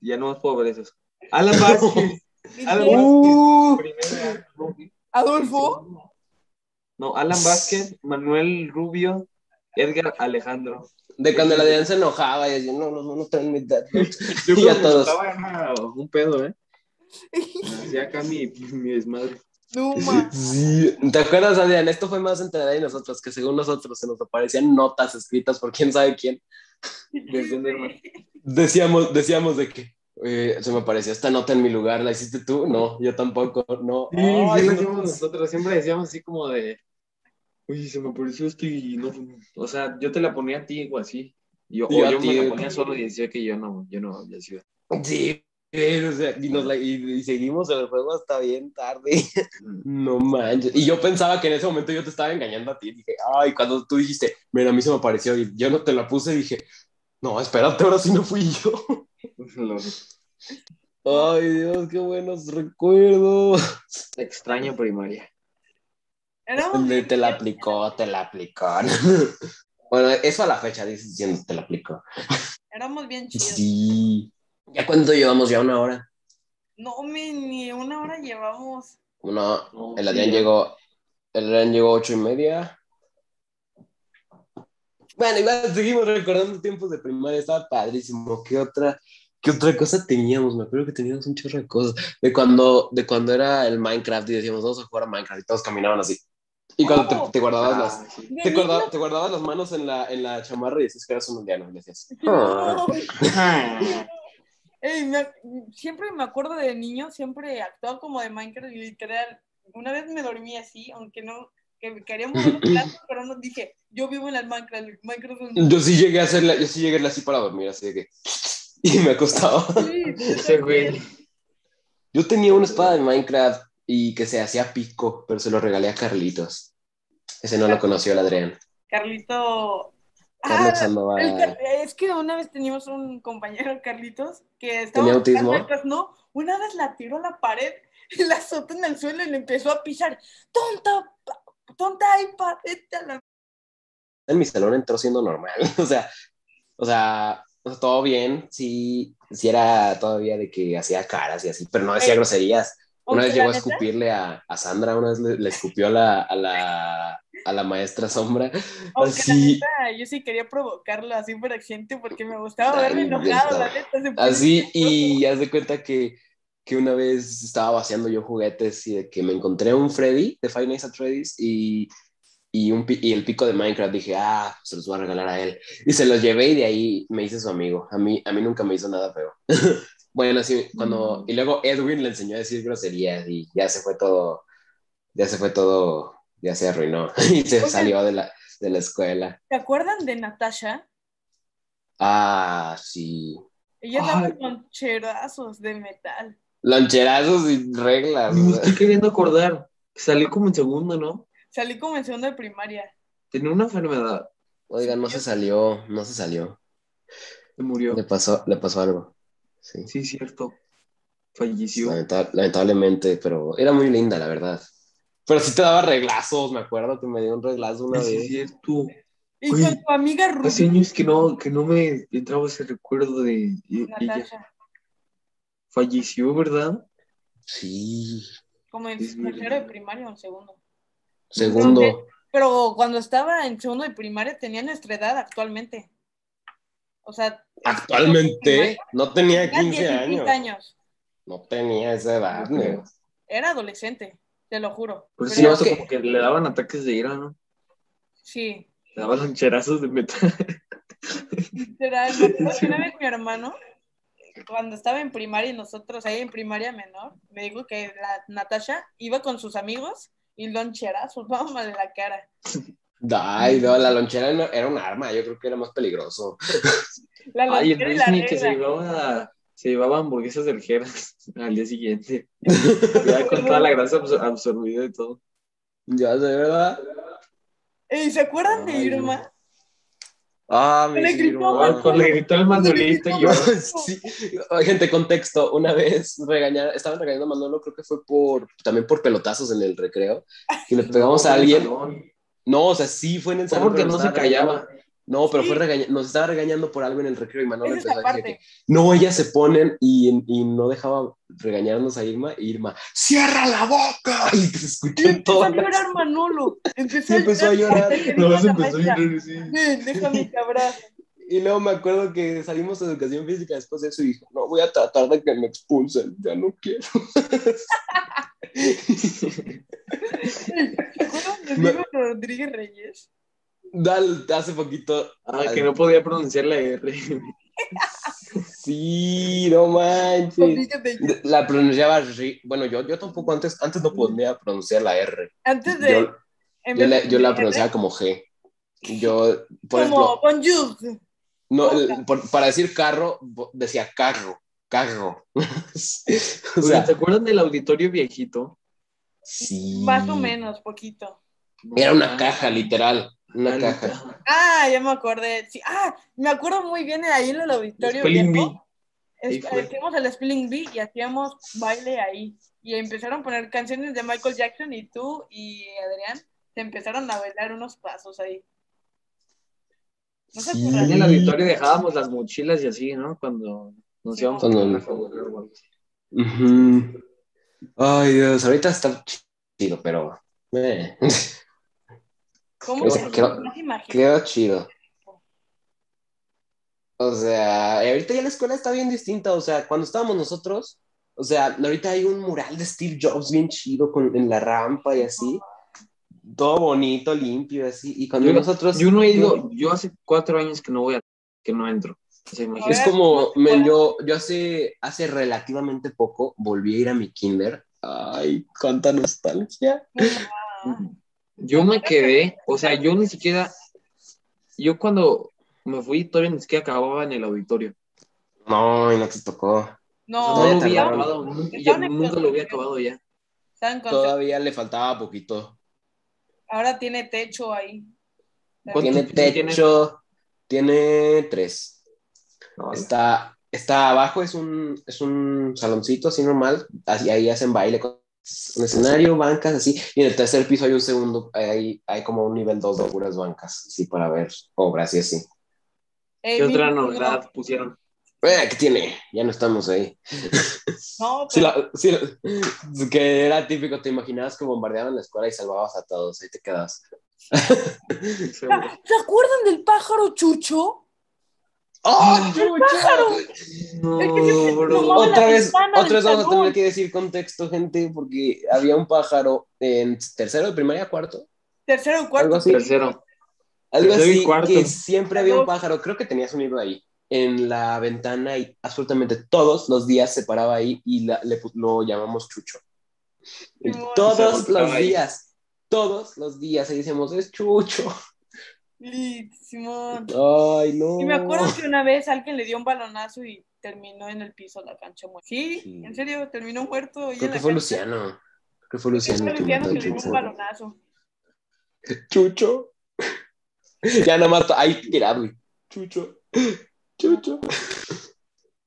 S1: Ya no más puedo ver esos. Alan Vázquez.
S3: Dice,
S1: Alan
S2: Uh.
S1: Primera, Rubio.
S3: Adolfo.
S1: No, Alan Vázquez, Manuel Rubio, Edgar Alejandro.
S2: De cuando la Diana se enojaba y decía, no, no, no, no traen mis datos.
S1: Yo
S2: Y a todos.
S1: estaba un pedo, ¿eh? Hacía acá mi, mi desmadre.
S3: No ma.
S2: Sí. ¿Te acuerdas, Adrián? Esto fue más entre Adrián y nosotros, que según nosotros se nos aparecían notas escritas por quién sabe quién.
S1: Desde un hermano.
S2: Decíamos, decíamos de que eh, se me apareció esta nota en mi lugar, ¿la hiciste tú? No, yo tampoco, no.
S1: Sí, sí
S2: Ay, pues.
S1: lo
S2: no.
S1: hacíamos nosotros, siempre decíamos así como de, oye, se me apareció esto y no, o sea, yo te la ponía a ti o así, y yo,
S2: Y
S1: o
S2: a
S1: yo
S2: ti,
S1: me la
S2: güey.
S1: ponía solo y decía que yo no, yo no había sido.
S2: Sí, pero, o sea, y, nos la- y- y seguimos el juego hasta bien tarde. No manches. Y yo pensaba que en ese momento yo te estaba engañando a ti. Dije, ay, cuando tú dijiste, mira, a mí se me apareció y yo no te la puse, dije, no, espérate, ahora sí no fui yo.
S1: Lo
S2: Ay, Dios, qué buenos recuerdos.
S1: extraño primaria.
S3: Éramos
S2: De te la aplicó, te la aplicó. Bueno, eso a la fecha dices diciendo te la aplicó.
S3: éramos bien chidos.
S2: Sí. ¿Ya cuánto llevamos? ¿Ya una hora?
S3: No, me, ni una hora llevamos.
S2: Una.
S1: No,
S2: El Adrián
S1: sí,
S2: llegó. El Adrián llegó ocho y media. Bueno, igual seguimos recordando tiempos de primaria, estaba padrísimo. ¿Qué otra, qué otra cosa teníamos? Me acuerdo que teníamos un chorro de cosas. De cuando, de cuando era el Minecraft y decíamos, vamos a jugar a Minecraft y todos caminaban así. Y cuando te-
S3: Oh.
S2: te, guardabas las,
S1: ah, sí.
S2: Te, guarda- te guardabas las manos en la, en la chamarra y decías que eras un indiano. Y decías, "Ah".
S3: No.
S1: Ah,
S3: Ey, me- siempre me acuerdo de niño, siempre actuaba como de Minecraft y literal. Una vez me dormí así, aunque no, que quería mover los platos, pero no dije, yo vivo en el Minecraft, el Minecraft es un...
S2: yo sí llegué a hacerla, yo sí llegué así para dormir, así de que. Y me acostaba.
S3: Sí,
S1: ese güey.
S2: Yo tenía una espada de Minecraft y que se hacía pico, pero se lo regalé a Carlitos. Ese
S3: Ah.
S2: no lo conoció el Adrián.
S3: Carlito...
S2: Carlos
S3: Ah,
S2: Sandoval.
S3: el Car- es que una vez teníamos un compañero, Carlitos, que estaba...
S2: ¿Tenía autismo?
S3: jugando Minecraft, No, una vez la tiró a la pared, y la azotó en el suelo y le empezó a pisar. Tonta, pa- tonta iPad, vete a la
S2: En mi salón entró siendo normal. O sea, o sea, o sea, todo bien. Sí, sí era todavía de que hacía caras y así, pero no decía
S3: Eh,
S2: groserías. Una
S3: Aunque
S2: vez llegó
S3: la
S2: a
S3: neta,
S2: escupirle a, a Sandra, una vez le, le escupió a la, a, la, a la maestra Sombra.
S3: aunque la
S2: así.
S3: neta, yo sí quería provocarlo así por accidente porque me gustaba
S2: Ay,
S3: verlo enojado, la
S2: neta.
S3: neta. se pone-
S2: Así, y haz de cuenta que, que una vez estaba vaciando yo juguetes y de que me encontré un Freddy de Five Nights at Freddy's y, y, un, pi- y el pico de Minecraft. Dije, ah, se los voy a regalar a él. Y se los llevé y de ahí me hice su amigo. A mí, a mí nunca me hizo nada feo. bueno, así, cuando. Y luego Edwin le enseñó a decir groserías y ya se fue todo. Ya se fue todo. Ya se arruinó y se
S3: Oigan.
S2: salió de la, de la escuela.
S3: ¿Se acuerdan de Natasha?
S2: Ah, sí.
S3: Ella daba
S1: Ay.
S3: con cherazos de metal.
S2: Loncherazos y reglas.
S1: Me
S2: o sea.
S1: estoy queriendo acordar. Salió como en segundo, ¿no?
S3: Salí como en segundo de primaria.
S1: Tenía una enfermedad.
S2: Oiga, no se salió, no se salió.
S1: Se murió.
S2: Le pasó, le pasó algo. Sí.
S1: Sí, cierto. Falleció.
S2: Lamenta- lamentablemente, pero era muy linda, la verdad. Pero sí te daba reglazos, me acuerdo que me dio un reglazo una
S1: Sí,
S2: vez.
S1: es cierto.
S3: Y
S1: Oye,
S3: con tu amiga
S1: Hace
S3: Ruth,
S1: años que no, que no me entraba ese recuerdo de y- ella.
S3: Natasha,
S1: Falleció, ¿verdad?
S2: Sí.
S3: como en
S1: Es
S3: tercero de
S1: verdad.
S3: primaria o en segundo.
S2: Segundo.
S3: Pero cuando estaba en segundo de primaria tenía nuestra edad actualmente. O sea,
S2: Actualmente no tenía
S3: tenía
S2: 15
S3: 16
S2: años.
S3: años.
S2: No tenía esa edad,
S1: No
S2: Ah, güey.
S1: creo.
S3: Era adolescente, te lo juro.
S1: Por
S3: Pero-
S1: eso no, eso
S2: que-
S1: como que le daban ataques de ira, ¿no?
S3: Sí,
S1: Le daban loncherazos de metal.
S3: literal. Me acuerdo que Una vez mi hermano, cuando estaba en primaria y nosotros ahí en primaria menor, me dijo que la Natasha iba con sus amigos y loncherazos, vamos a la cara.
S2: Ay, no, la lonchera no- era un arma, yo creo que era más peligroso.
S3: La
S1: Ay, el
S3: lonchera y la
S1: Disney que se
S3: regla.
S1: llevaba, se llevaba hamburguesas del Geras al día siguiente. Ya con toda la grasa absor- absorbida y todo.
S2: Ya sé, ¿verdad?
S3: Ey, ¿Se acuerdan de
S1: Ay, no.
S3: Irma?
S2: Ah,
S3: Le
S2: mi
S3: gritó,
S2: firma.
S1: Ah, Cuando le gritó al mandolito y yo.
S2: Sí. Oye, Gente, contexto. Una vez regañar, estaban regañando a Manolo, creo que fue por también por pelotazos en el recreo. Y le pegamos a alguien. No, o sea, sí fue en el
S1: Fue
S2: salón.
S1: porque
S2: pero
S1: no
S2: nos
S1: se
S2: estaba regañando.
S1: callaba.
S2: No, pero fue
S3: Sí.
S2: regaña- nos estaba regañando por algo en el recreo y Manolo
S3: Esa es
S2: empezó
S3: la
S2: a decir que
S3: parte.
S2: no, ellas se ponen y, y no dejaba regañarnos a Irma. Y Irma, ¡cierra la boca! Y se escuchó
S3: Y
S2: en
S3: empezó
S2: todo.
S3: a llorar Manolo. Empezó,
S2: Sí, empezó a llorar.
S3: Le dijo
S1: No, se
S3: a
S1: empezó a
S3: Natasha,
S1: llorar sí.
S3: "Ven, Déjame que abrace".
S2: Y luego me acuerdo que salimos de educación física después de eso y dijo, no, voy a tratar de que me expulsen, ya no quiero.
S3: ¿Se acuerdan de
S2: Me-
S3: Diego Rodríguez Reyes?
S2: Dal, hace poquito,
S1: Ah, que no podía pronunciar la R.
S2: sí, no manches.
S3: Rodríguez Reyes.
S2: De- La pronunciaba, ri- bueno, yo, yo tampoco antes, antes no podía pronunciar la R.
S3: Antes de.
S2: Yo,
S3: en
S2: yo
S3: vez
S2: la,
S3: de
S2: yo la
S3: R,
S2: pronunciaba como G. Yo, por
S3: como
S2: ejemplo,
S3: bonjour.
S2: no, el- por- para decir carro, bo- decía carro, carro. o sea,
S1: ¿Se acuerdan del auditorio viejito?
S2: sí.
S3: Más o menos, poquito.
S2: Era una caja, literal, una
S1: Ah,
S2: caja.
S3: Ah, ya me acordé. Sí, ah, me acuerdo muy bien ahí en el auditorio.
S1: Spelling
S3: viejo.
S1: Bee.
S3: Es-
S1: Ahí fue.
S3: Hacíamos el Spelling Bee y hacíamos baile ahí. Y empezaron a poner canciones de Michael Jackson y tú y Adrián se empezaron a bailar unos pasos ahí. No sé
S2: Sí.
S3: por
S1: En
S3: ahí.
S1: el auditorio dejábamos las mochilas y así, ¿no? Cuando nos
S3: Sí,
S1: íbamos
S2: cuando-
S1: a la favor, o algo así.
S2: Ujú. Ay, Dios, ahorita está chido, pero. eh,
S3: ¿Cómo
S2: O
S3: se
S2: sea, creo-
S3: ¿No te imaginas?
S2: quedó chido. O sea, ahorita ya la escuela está bien distinta. O sea, cuando estábamos nosotros, o sea, ahorita hay un mural de Steve Jobs bien chido con, en la rampa y así. Todo bonito, limpio, así. Y cuando
S1: Yo-
S2: nosotros.
S1: Yo no he ido, yo hace cuatro años que no voy a, que no entro. O sea, imagínate.
S2: Es como, men, yo, yo hace, hace relativamente poco volví a ir a mi kinder. Ay, cuánta nostalgia.
S1: Yo me quedé, o sea, yo ni siquiera, yo cuando me fui todavía ni siquiera acababa en el auditorio.
S2: No, y no te tocó.
S1: O sea, no
S2: ya
S3: No,
S1: lo había
S2: tardaron.
S1: acabado, nunca, ya- nunca lo había acabado ya.
S3: estaban con-
S2: Todavía le faltaba poquito.
S3: ahora tiene techo ahí.
S1: ¿Cuánto
S2: Tiene
S1: piso tiene?
S2: techo, tiene tres.
S1: No,
S2: Está, está abajo, es un, es un saloncito así normal. Así, ahí hacen baile con un escenario, bancas así. Y en el tercer piso hay un segundo, hay, hay como un nivel dos de puras bancas, así para ver obras y así.
S3: Ey,
S1: ¿Qué otra
S3: mira, no,
S1: novedad pusieron?
S2: Eh, ¿Qué tiene? Ya no estamos ahí.
S3: No,
S2: Sí,
S3: pero
S2: la- sí, la- que era típico, te imaginabas que bombardeaban la escuela y salvabas a todos, ahí te quedas.
S1: Seguro.
S3: ¿Se acuerdan del pájaro Chucho?
S2: ¡Oh,
S3: ¡Pájaro!
S1: No,
S3: Es que se-
S1: bro.
S3: no mames.
S2: Otra
S3: la
S2: vez,
S3: ventana
S2: otra
S3: del
S2: vez vamos a
S3: salón.
S2: tener que decir contexto, gente, porque había un pájaro en tercero de primaria, cuarto,
S3: Tercero o
S2: algo
S3: cuarto.
S2: así.
S1: Tercero.
S2: Algo
S1: tercero y
S2: así
S1: cuarto.
S2: que siempre había un
S3: Dos.
S2: pájaro, creo que tenías un libro ahí, en la ventana y absolutamente todos los días se paraba ahí y la- le pu- lo llamamos Chucho. Y
S3: Qué bueno.
S2: todos
S1: Se
S2: los
S1: ahí.
S2: días, todos los días ahí decíamos, es Chucho.
S3: Y Simón.
S2: Ay, no.
S3: Y me acuerdo
S2: Oh.
S3: que una vez alguien le dio un balonazo y terminó en el piso la cancha muerta. Sí,
S2: Sí.
S3: en serio, terminó muerto. ahí
S2: Creo
S3: en
S2: que
S3: la
S2: fue
S3: cancha.
S2: Luciano. Creo que fue
S3: Creo que
S2: Luciano.
S3: fue
S2: el que
S3: Luciano
S2: mató
S3: que
S2: a
S3: le dio un
S2: Chucho.
S3: balonazo.
S2: Chucho. Ya nada más ahí tirado. y Chucho. Chucho.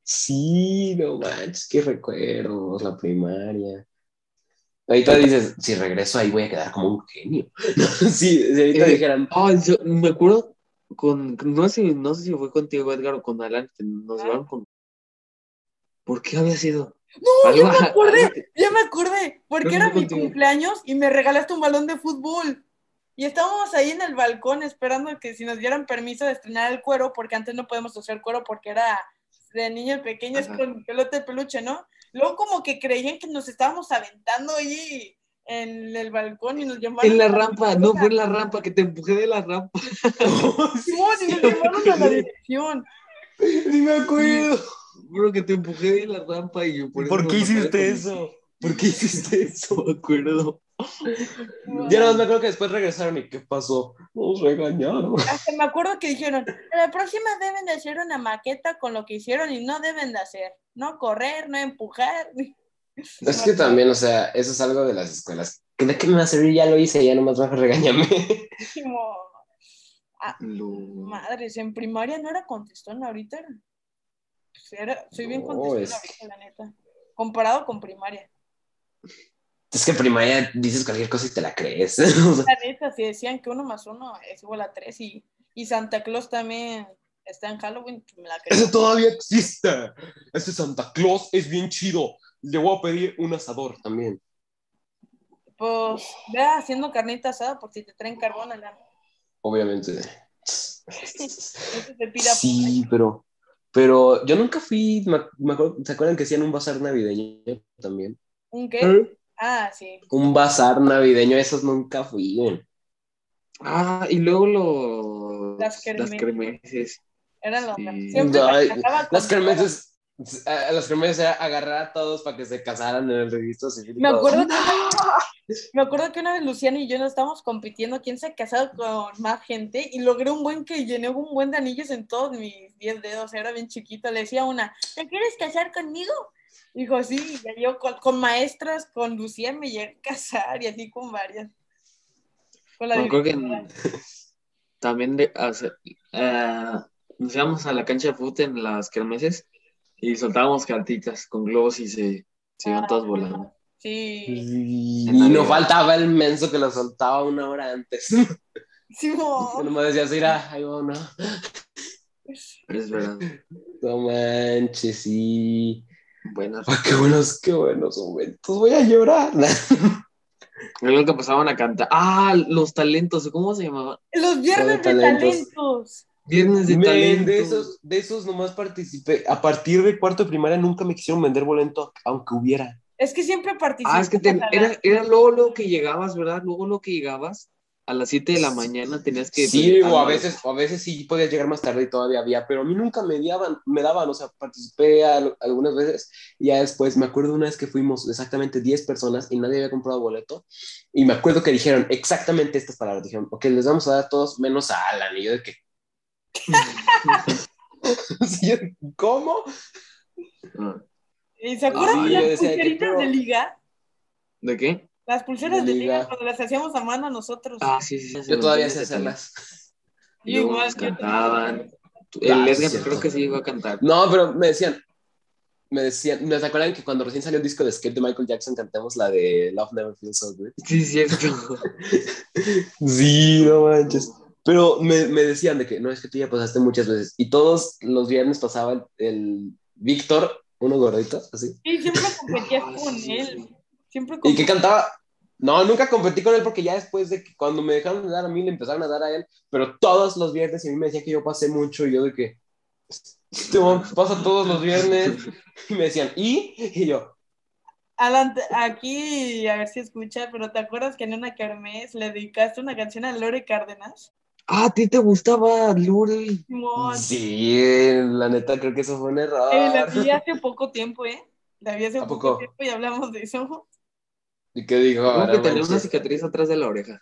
S2: Sí, no manches, qué recuerdos, la primaria. Ahorita dices, si regreso ahí voy a quedar como un genio. sí, si ahorita
S1: Eh,
S2: dijeran,
S1: Ah, yo me acuerdo con, no sé, no sé si fue contigo, Edgar, o con Alan, que nos
S3: Ah.
S1: llevaron con... ¿Por qué había sido?
S3: No, ya
S1: Algo-
S3: me acordé, ya me acordé, porque
S1: Creo
S3: era
S1: que fue
S3: mi
S1: contigo.
S3: cumpleaños y me regalaste un balón de fútbol. Y estábamos ahí en el balcón esperando que si nos dieran permiso de estrenar el cuero, porque antes no podemos usar cuero porque era de niños pequeños
S1: Ajá.
S3: con pelota de peluche, ¿no? Luego como que creían que nos estábamos aventando ahí en el balcón y nos llamaron.
S1: En la
S3: a la
S1: rampa, no,
S3: dirección.
S1: fue en la rampa, que te empujé de la rampa.
S3: Simón, y nos llamaron a la dirección.
S2: ni me acuerdo.
S1: Juro que te empujé de la rampa y yo por, eso
S2: ¿Por qué
S1: me paré con
S2: hiciste
S1: mi-
S2: eso? ¿Por qué hiciste eso?
S1: No me acuerdo.
S2: Ya no me acuerdo que después regresaron y ¿qué pasó? Nos regañaron.
S3: Hasta me acuerdo que dijeron, "A la próxima deben de hacer una maqueta con lo que hicieron y no deben de hacer, no correr, no empujar.
S2: Es que también, o sea, eso es algo de las escuelas. ¿Que ¿De qué me va a servir? Ya lo hice, ya nomás bajo, regáñame.
S3: Como,
S1: Lo-
S3: madres, en primaria no era contestón, ahorita era- pues era- soy bien
S2: No,
S3: contestón
S2: es
S3: ahorita, la neta, comparado con primaria.
S2: Es que en primaria dices cualquier cosa y te la crees. O sea,
S3: La neta, si decían que uno más uno es igual a tres y, y Santa Claus también está en Halloween, pues me la creo.
S2: Eso todavía existe. Este Santa Claus es bien chido. Le voy a pedir un asador también.
S3: Pues ve haciendo carnita asada por si te traen carbón a la...
S2: Obviamente.
S3: Entonces te tira
S2: Sí, pero, pero yo nunca fui. me- me acuerdo- ¿Se acuerdan que hacían un bazar navideño también?
S3: un qué.
S1: ¿Eh?
S3: Ah, sí.
S2: Un bazar navideño, esos nunca fui. güey.
S1: Ah, y luego lo...
S3: Las kermeses.
S1: kermeses.
S3: Eran los
S1: Sí.
S3: mejores. Siempre
S2: Ay,
S3: acababa con-
S2: Las kermeses, a- a las kermeses era agarrar a todos para que se casaran en el registro civil. y
S3: Me
S2: todo.
S3: acuerdo, que, me acuerdo que una vez Luciana y yo nos estábamos compitiendo quién se ha casado con más gente y logré un buen que llené un buen de anillos en todos mis 10 dedos. Era bien chiquito. Le decía a una, ¿te quieres casar conmigo? Dijo, sí. Y yo con, con maestras, con Luciana me llegué a casar y así con varias. Con la
S1: Me acuerdo que
S3: directora.
S1: en- también de, hace- ah, nos íbamos a la cancha de fútbol en las kermeses y soltábamos cartitas con globos y se, se iban todas volando.
S3: Sí.
S2: Y
S1: En
S2: no
S1: Navidad.
S2: faltaba el menso que lo soltaba una hora antes. Yo
S3: Sí, mo.
S2: nomás decía, mira, ahí va una.
S1: Es verdad.
S2: No manches, sí.
S1: Buenas.
S2: Ah, qué buenos, qué buenos momentos. Voy a llorar.
S1: Luego que pasaban a cantar. Ah, los talentos, ¿cómo se llamaba?
S3: Los viernes de
S2: talentos.
S3: talentos.
S1: Viernes de
S2: Men,
S1: talentos.
S2: de esos, de esos nomás participé. A partir de cuarto de primaria nunca me quisieron vender boleto, aunque hubiera.
S3: Es que siempre participan.
S1: Ah, es que te- era, era luego, luego que llegabas, ¿verdad? Luego lo que llegabas a las 7 de la mañana tenías que.
S2: Sí, o a veces, o a veces sí podías llegar más tarde y todavía había, pero a mí nunca me daban, me daban, o sea, participé al- algunas veces y ya después me acuerdo una vez que fuimos exactamente 10 personas y nadie había comprado boleto y me acuerdo que dijeron exactamente estas palabras, dijeron, ok, les vamos a dar a todos menos a Alan y yo de que, sí, yo, ¿cómo?
S1: Ah,
S3: ¿Y se acuerdan
S1: Ah,
S3: de
S1: yo
S3: las
S2: decía que,
S3: pulseritas
S2: pero-
S3: de liga?
S1: ¿De qué?
S3: Las pulseras
S2: De
S3: de liga.
S2: liga.
S3: cuando las hacíamos a mano nosotros.
S1: Ah, sí, sí. sí,
S2: Yo todavía sé
S1: viernes de
S2: hacerlas.
S1: Y luego
S3: Igual,
S1: nos
S3: yo también.
S1: cantaban. Tú-
S2: Ah,
S1: El
S2: sí,
S1: Edgar
S2: cierto.
S1: creo que sí iba a cantar.
S2: No, pero me decían, me decían, ¿no se acuerdan que cuando recién salió el disco de Escape de Michael Jackson cantamos la de Love Never Feels So Good?
S1: Sí, cierto.
S2: Sí, no manches. Pero me, me decían de que no, es que tú ya pasaste muchas veces. Y todos los viernes pasaba el, el Víctor, uno gordito, así.
S3: Sí, siempre competías
S1: Ah,
S3: con
S1: sí,
S3: él.
S1: sí.
S3: Siempre
S2: Y que
S3: competías.
S2: cantaba. No, nunca competí con él porque ya después de que cuando me dejaron de dar a mí, le empezaron a dar a él. Pero todos los viernes, y a mí me decían que yo pasé mucho. Y yo de que. Este man pasa todos los viernes. Y me decían, ¿y? Y yo,
S3: Alan, te- aquí, a ver si escucha, pero ¿te acuerdas que en una kermés le dedicaste una canción a Lore Cárdenas?
S1: Ah, a ti te gustaba Lure.
S3: Simón.
S2: sí, la neta, creo que eso fue un error.
S3: Eh, la vi hace poco tiempo, ¿eh? La vi hace
S2: ¿A
S3: poco?
S2: poco?
S3: tiempo y hablamos de eso.
S2: ¿Y qué dijo?
S1: Creo
S2: "Ah,
S1: que
S2: no
S1: tenía una
S2: manches".
S1: cicatriz atrás de la oreja.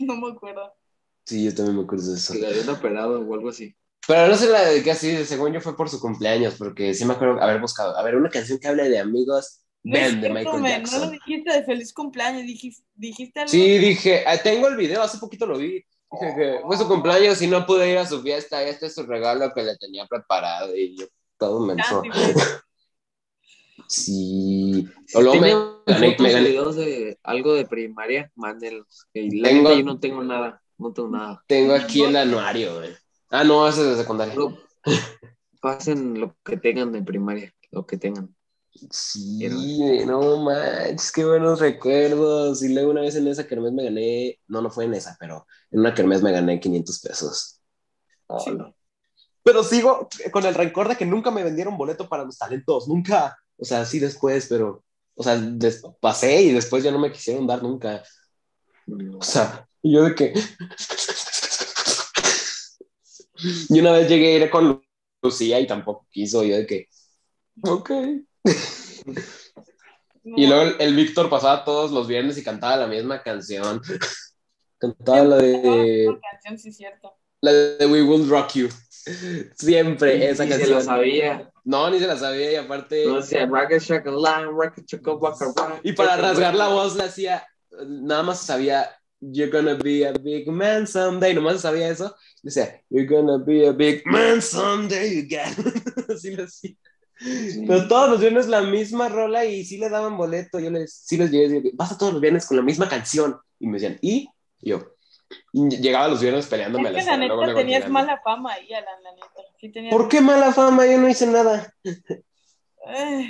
S3: No me acuerdo.
S2: Sí, yo también me acuerdo de eso.
S1: Que le habían operado o algo así.
S2: Pero no se la dediqué así, según yo fue por su cumpleaños, porque sí me acuerdo haber buscado. A ver, una canción que hable de amigos,
S3: No es
S2: Ben, de
S3: cierto,
S2: Michael
S3: men, No lo
S2: Jackson.
S3: dijiste de feliz cumpleaños, dijiste, dijiste algo.
S2: Sí, dije, ah, tengo el video, hace poquito lo vi. Dije que fue su cumpleaños y no pude ir a su fiesta, y este es su regalo que le tenía preparado, y yo todo menso.
S3: Ah, sí, pues.
S2: Sí.
S1: Sí,
S2: O luego me-
S1: tenía
S2: gané,
S1: fotos
S2: me
S1: y
S2: gané.
S1: videos de algo de primaria, mándenlos. que la
S2: Tengo-
S1: neta yo no tengo nada, no tengo nada.
S2: Tengo aquí el anuario, güey. Ah, no, ese es de secundaria.
S1: Pero pasen lo que tengan de primaria, lo que tengan.
S2: Sí, güey, no manches, qué buenos recuerdos. Y luego una vez en esa kermés me gané, no, no fue en esa, pero en una kermés me gané 500 pesos. Ah,
S3: Sí.
S2: no. Pero sigo con el rencor de que nunca me vendieron boleto para los talentos, nunca. O sea, sí después, pero, o sea, des- pasé y después ya no me quisieron dar nunca.
S1: No.
S2: O sea, y yo de que. Y una vez llegué a ir con Lucía y tampoco quiso, yo de que. Ok. Y luego el, el Víctor pasaba todos los viernes y cantaba la misma canción. Cantaba la de.
S3: Una canción, sí, cierto.
S2: La de We Will Rock You. Siempre esa
S1: Ni
S2: canción.
S1: se lo sabía.
S2: No, ni se la sabía y aparte.
S1: No sé, Rocket Shack Line, Rocket Shack Waka Rock.
S2: Y para rasgar la voz le hacía, nada más sabía, you're gonna be a big man someday, nomás sabía eso, le decía, you're gonna be a big man someday again, así lo hacía. Pero todos los viernes la misma rola y sí le daban boleto, yo les, sí les llegué, y decía, vas a todos los viernes con la misma canción, y me decían, ¿y? Y yo, y llegaba los viernes peleándome
S3: Es que
S2: las
S3: la
S2: luego,
S3: neta
S2: luego
S3: tenías
S2: llegando.
S3: mala fama ahí, Alan, la neta. Sí tenías...
S2: ¿Por qué mala fama? Yo no hice nada.
S3: Eh,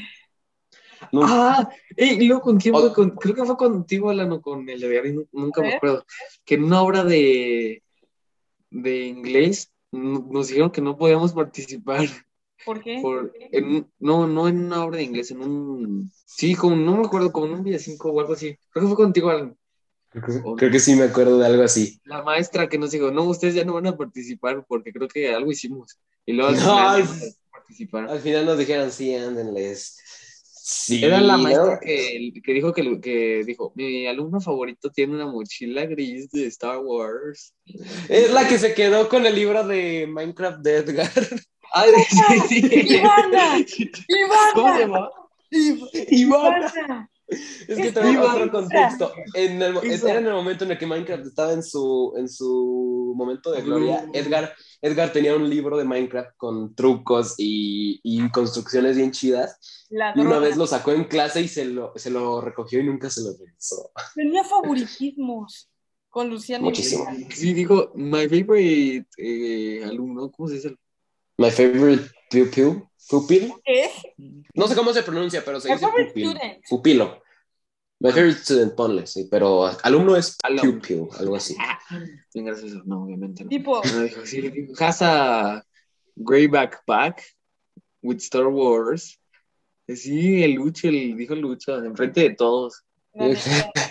S2: Nunca.
S1: Ah, eh, y luego con quién
S2: O-
S1: fue, Con- creo que fue contigo, Alan, o con el de Gary, nunca
S3: A
S1: me
S3: ver.
S1: acuerdo, que en una obra de, de inglés n- nos dijeron que no podíamos participar
S3: ¿Por qué?
S1: por, en un- no, no en una obra de inglés, en un, sí, como, no me acuerdo, como en un villacinco o algo así, creo que fue contigo, Alan,
S2: Creo que- creo que sí me acuerdo de algo así.
S1: la maestra que nos dijo, no, ustedes ya no van a participar porque creo que algo hicimos, y luego al
S2: No,
S1: final
S2: es-
S1: no dejaron participar.
S2: Al final nos dijeron, sí, ándenles. Sí.
S1: Era la maestra
S2: ¿no?
S1: que, que dijo que, que dijo, mi alumno favorito tiene una mochila gris de Star Wars.
S2: Es la que se quedó con el libro de Minecraft de Edgar.
S1: Ay, Ah, sí, sí.
S3: ¡Ivana!
S1: ¿Cómo se
S3: ¡Ivana!
S1: llama?
S2: Ivana.
S3: ¡Ivana!
S2: Es que
S3: Es
S2: tengo
S1: Ivana.
S2: otro contexto. En el, mo-
S1: Isa.
S2: era en el momento en el que Minecraft estaba en su, en su momento de gloria.
S1: Mm.
S2: Edgar, Edgar tenía un libro de Minecraft con trucos y, y construcciones bien chidas.
S3: La
S2: Y una
S3: droga.
S2: vez lo sacó en clase y se lo, se lo recogió y nunca se lo regresó.
S3: Tenía favoritismos con Luciano. y
S2: Muchísimo.
S3: Luciana.
S1: Sí, dijo, my favorite eh, alumno, ¿cómo se dice?
S2: My favorite pupil. Pupil.
S3: ¿Qué?
S2: No sé cómo se pronuncia, pero se
S3: My
S2: dice
S3: favorite
S2: pupil.
S3: student.
S2: Pupilo. My favorite student, ponle, sí, pero alumno es
S1: Alumno.
S2: pupil, algo así.
S1: Bien gracioso, Ah, no, obviamente no.
S3: Tipo,
S1: No, dijo, sí, dijo, has a grey backpack with Star Wars. Sí, el Lucho, el, dijo el Lucho, enfrente de todos.
S3: la neta,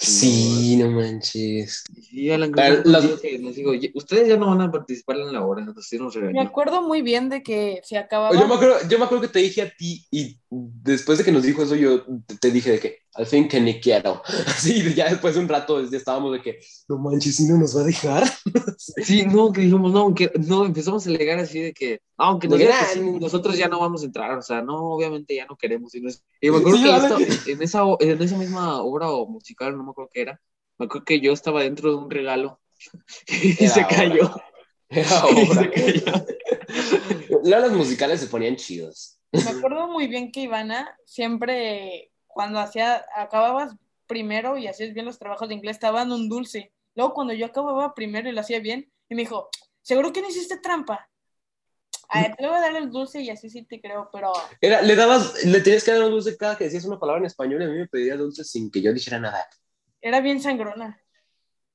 S2: Sí, no manches.
S1: Y Sí, Alan
S2: Pero
S1: Cruz nos
S2: las-
S1: dijo que nos dijo, "Oye, ustedes ya no van a participar en la hora, entonces nos
S3: me
S1: regañó.
S3: acuerdo muy bien de que se acababa.
S2: Yo me, acuerdo, yo me acuerdo que te dije a ti y después de que nos dijo eso, yo te dije de que al fin que ni quiero. Así, y ya después de un rato ya estábamos de que no manches, si no nos va a dejar.
S1: Sí, no, que dijimos, no, aunque no, empezamos a alegar así de que, ah, aunque nos
S2: De
S1: diga que
S2: gran-
S1: sí, nosotros ya no vamos a entrar, o sea, no, obviamente ya no queremos. Y, no es- y me acuerdo
S2: Sí,
S1: que
S2: ahora
S1: yo estaba- en, esa, o- en esa misma obra o musical, no me acuerdo qué era, me acuerdo que yo estaba dentro de un regalo y
S2: Era
S1: se
S2: ahora.
S1: cayó.
S2: Era
S1: Y se
S2: ahora.
S1: cayó.
S2: Luego los musicales se ponían chidos.
S3: Me acuerdo muy bien que Ivana siempre, cuando hacía, acababas primero y hacías bien los trabajos de inglés, te daban un dulce. Luego, cuando yo acababa primero y lo hacía bien, y me dijo, seguro que no hiciste trampa. A ver, te voy a dar el dulce y así sí te creo, pero
S2: Era, le dabas, le tenías que dar un dulce cada que decías una palabra en español y a mí me pedía dulce sin que yo dijera nada.
S3: era bien sangrona.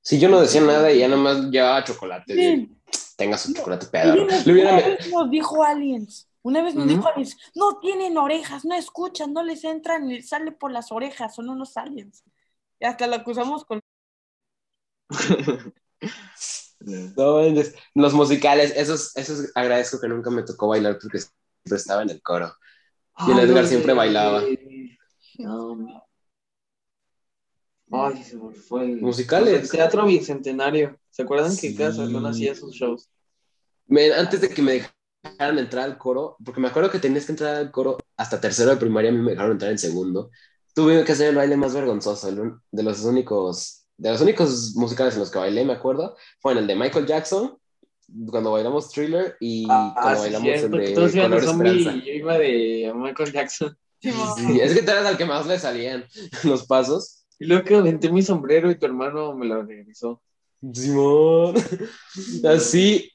S2: Si yo no decía nada y ya nada más llevaba chocolate,
S3: Sí.
S2: tenga su chocolate
S3: Alguien
S2: pedador.
S3: nos-
S2: Le
S3: Una
S2: hubiera-
S3: vez nos dijo Aliens, una vez nos
S1: Ujú.
S3: dijo Aliens, no tienen orejas, no escuchan, no les entran, les sale por las orejas, son unos aliens. Y hasta lo acusamos con...
S2: No, manches. los musicales, esos, esos agradezco que nunca me tocó bailar porque siempre estaba en el coro. Y el
S1: Ay,
S2: Edgar
S1: no,
S2: siempre
S1: sí.
S2: bailaba.
S1: No. Ay, se me fue el... pues,
S2: Musicales.
S1: El Teatro Bicentenario. ¿Se acuerdan que cada
S2: Sí.
S1: semana hacía sus shows?
S2: Me- antes de que me dejaran entrar al coro, porque me acuerdo que tenías que entrar al coro hasta tercero de primaria, a mí me dejaron entrar en segundo. Tuve que hacer el baile más vergonzoso, el un- de los únicos, de los únicos musicales en los que bailé, me acuerdo, fue en el de Michael Jackson, cuando bailamos Thriller y
S1: Ah,
S2: cuando
S1: sí,
S2: bailamos
S1: cierto,
S2: el
S1: que
S2: de
S1: todos iban de
S2: Color
S1: zombie
S2: Esperanza.
S1: y yo iba de Michael Jackson.
S3: Simón.
S2: Sí, es que tú eras al que más le salían los pasos.
S1: Y luego que aventé mi sombrero y tu hermano me lo regresó.
S2: Simón. Así.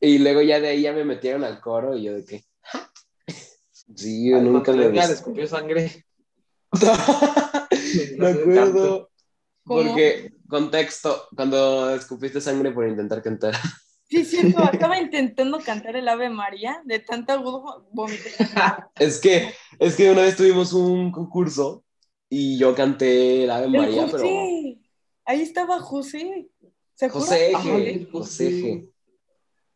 S2: Y luego ya de ahí ya me metieron al coro y yo de qué. Sí, yo
S1: Al
S2: nunca
S1: contrario,
S2: me
S1: ya
S2: gustó.
S1: le escupió sangre.
S2: Me acuerdo.
S3: ¿Cómo?
S2: Porque, contexto, cuando escupiste sangre por intentar cantar.
S3: Sí, es cierto, estaba intentando cantar el Ave María de tanta agudo vomité.
S2: Es que, es que una vez tuvimos un concurso y yo canté el Ave María,
S3: el
S2: pero.
S3: José. Ahí estaba José. ¿Se acuerdan?
S2: José
S1: Ay, pues
S2: Eje. José Eje.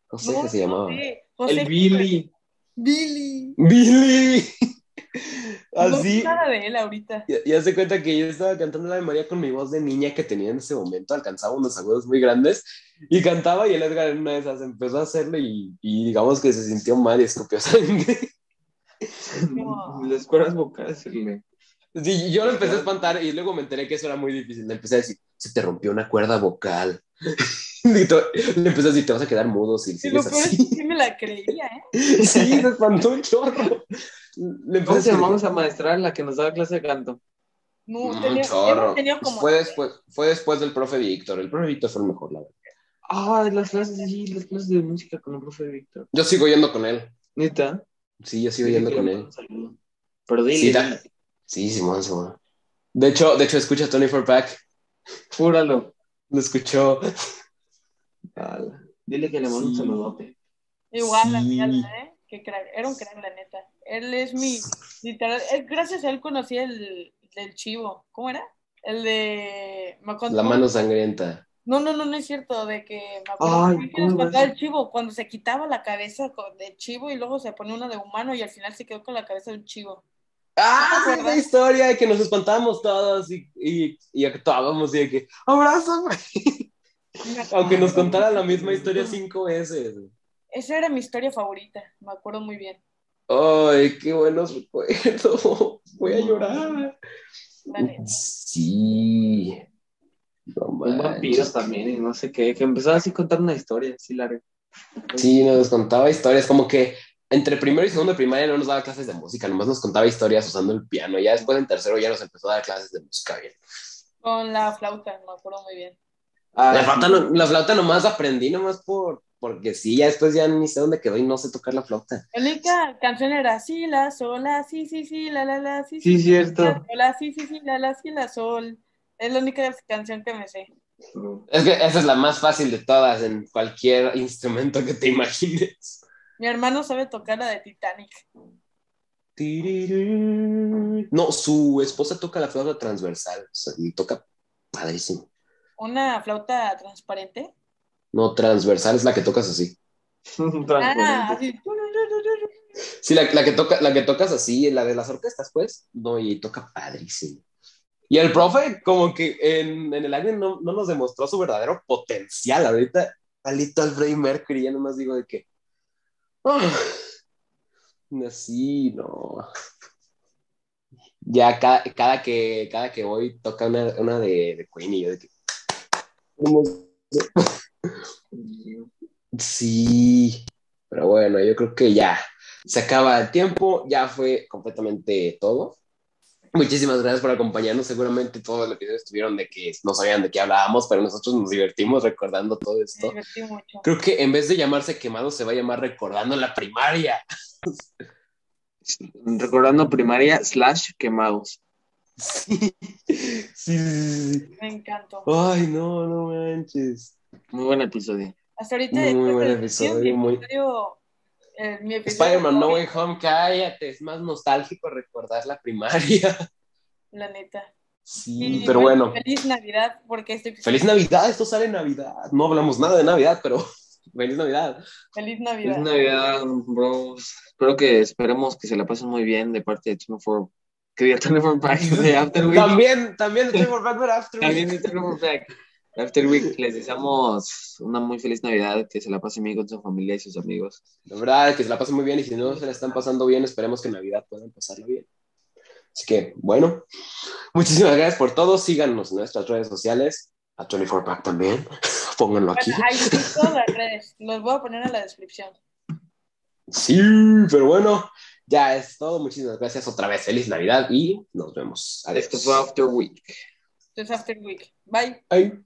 S1: José.
S2: José
S3: No,
S2: Eje se llamaba.
S3: José, José
S1: El Billy.
S3: Billy.
S2: ¡Billy! Así.
S3: No sé nada de él ahorita.
S2: Ya, ya se cuenta que yo estaba cantando la de María con mi voz de niña que tenía en ese momento, alcanzaba unos agudos muy grandes y cantaba y el Edgar en una de esas empezó a hacerlo y, y digamos que se sintió mal y escupió sangre.
S3: No.
S1: Las cuerdas vocales. se le-
S2: Sí, yo lo empecé a espantar y luego me enteré que eso era muy difícil. Le empecé a decir, se te rompió una cuerda vocal. Y to- Le empecé a decir, te vas a quedar mudo si
S3: Y lo
S2: sigues
S3: peor es que
S2: así.
S3: sí me la creía, ¿eh?
S2: Sí, se espantó un chorro. Le empecé a
S1: ¿Cómo se
S2: decir,
S1: llamamos a maestra la que nos daba clase de canto?
S3: No,
S2: Mm, un
S3: tenía,
S2: chorro.
S3: tenía como
S2: Pues Fue después, fue después del profe Víctor. El profe Víctor fue el mejor, la verdad.
S1: Ah, las clases, sí, las clases de música con el profe Víctor.
S2: Yo sigo yendo con él.
S1: Neta.
S2: Sí, yo sigo yendo
S1: Sí,
S2: con
S1: le
S2: él.
S1: mando un saludo. Pero dile,
S2: Sí, da-
S1: dile,
S2: Sí, Simón, Simón. De hecho, de hecho, escucha Tony for Pack.
S1: júralo.
S2: Lo escuchó.
S1: Ala. Dile que le mando un
S2: Sí.
S1: saludote.
S3: Igual la
S2: Sí.
S3: mierda, ¿eh? Qué crack. Era un crack, la neta. Él es mi. Literal. él- gracias a él conocí el del chivo. ¿Cómo era? El de. me acuerdo-
S2: La mano sangrienta.
S3: No, no, no, no es cierto. De que me acuerdo
S1: Ay,
S3: que
S1: ¿cómo
S3: nos
S1: va
S3: contaba
S1: eso?
S3: el chivo. Cuando se quitaba la cabeza con- de chivo y luego se ponía una de humano y al final se quedó con la cabeza de un chivo.
S2: ¡Ah!
S3: ¿Te acuerdas?
S2: Esa historia que nos espantamos todos y, y, y actuábamos y de que ¡Abrázame! Aunque nos contara la misma historia cinco veces.
S3: Esa era mi historia favorita. Me acuerdo muy bien.
S2: ¡Ay, qué buenos recuerdos! Voy a llorar.
S3: La neta.
S2: Sí. No
S1: Un vampiro
S2: manches.
S1: también, y no sé qué. Que empezaba así a contar una historia, sí, larga.
S2: Sí, nos contaba historias como que entre primero y segundo de primaria no nos daba clases de música, nomás nos contaba historias usando el piano. Ya después en tercero ya nos empezó a dar clases de música bien.
S3: Con la flauta, me acuerdo muy bien.
S1: Ah,
S2: La
S1: sí.
S2: flauta, no- la flauta nomás aprendí, nomás por, porque sí, ya después ya ni sé dónde quedó y no sé tocar la flauta.
S3: La única canción era sí, la, sol, la, sí, sí, sí, la, la, la, sí,
S1: Sí,
S3: sí,
S1: cierto.
S3: la, sol, la, sí, sí, sí, la, la, sí, la, sol. Es la única canción que me sé.
S2: Es que esa es la más fácil de todas en cualquier instrumento que te imagines.
S3: Mi hermano sabe tocar la de Titanic.
S2: Tirirú. No, su esposa toca la flauta transversal, o sea, y toca padrísimo.
S3: Una flauta transparente.
S2: No, transversal es la que tocas así.
S3: Ah,
S1: Transparente.
S3: así.
S2: Sí, la, la que toca, la que tocas así, la de las orquestas, pues, no, y toca padrísimo. Y el profe, como que en, en el año no, no nos demostró su verdadero potencial. Ahorita, palito al Freddie Mercury, ya nomás digo de que. ah, así, no. Ya cada, cada, que, cada que voy toca una, una de, de Queen y yo de que. Sí, pero bueno, yo creo que ya se acaba el tiempo, ya fue completamente todo. Muchísimas gracias por acompañarnos. Seguramente todos los episodios estuvieron de que no sabían de qué hablábamos, pero nosotros nos divertimos recordando todo
S3: Me
S2: esto.
S3: divertí mucho.
S2: Creo que en vez de llamarse quemado, se va a llamar recordando la primaria.
S1: Recordando primaria slash quemados.
S2: Sí, sí, sí, sí.
S3: Me encantó.
S2: Ay, no, no manches.
S1: Muy buen episodio.
S3: Hasta ahorita.
S2: Muy
S3: esta
S2: buen
S3: tradición,
S2: episodio,
S3: mi
S2: muy-
S3: episodio, eh, mi episodio
S2: Spider-Man No Way
S3: favorito,
S2: Home, cállate. Es más nostálgico recordar la primaria.
S3: La neta.
S2: Sí,
S3: Y
S2: Mm, pero bueno.
S3: Feliz Navidad, porque este episodio.
S2: Feliz Navidad, esto sale en Navidad. No hablamos nada de Navidad, pero feliz Navidad.
S3: Feliz
S1: Feliz
S3: Navidad.
S1: Navidad, bros. Espero que esperemos que se la pasen muy bien de parte de Turn for que diga Turn for Back de After Week.
S2: También, también de Trevor Bradford After.
S1: También de Turn for Back de After Week. Les deseamos una muy feliz Navidad, que se la pasen bien con su familia y sus amigos.
S2: La verdad, que se la pasen muy bien y si no se la están pasando bien, esperemos que en Navidad puedan pasarlo bien. Así que, bueno, muchísimas gracias por todo. Síganos en nuestras redes sociales, a 24 Pack también. Pónganlo aquí.
S3: Bueno, ahí sí, todas las redes. Los voy a poner en la descripción.
S2: Sí, pero bueno, Ya es todo. Muchísimas gracias otra vez. Feliz Navidad y nos vemos.
S1: Esto fue After Week.
S3: Entonces, after week. Bye.
S2: Ay.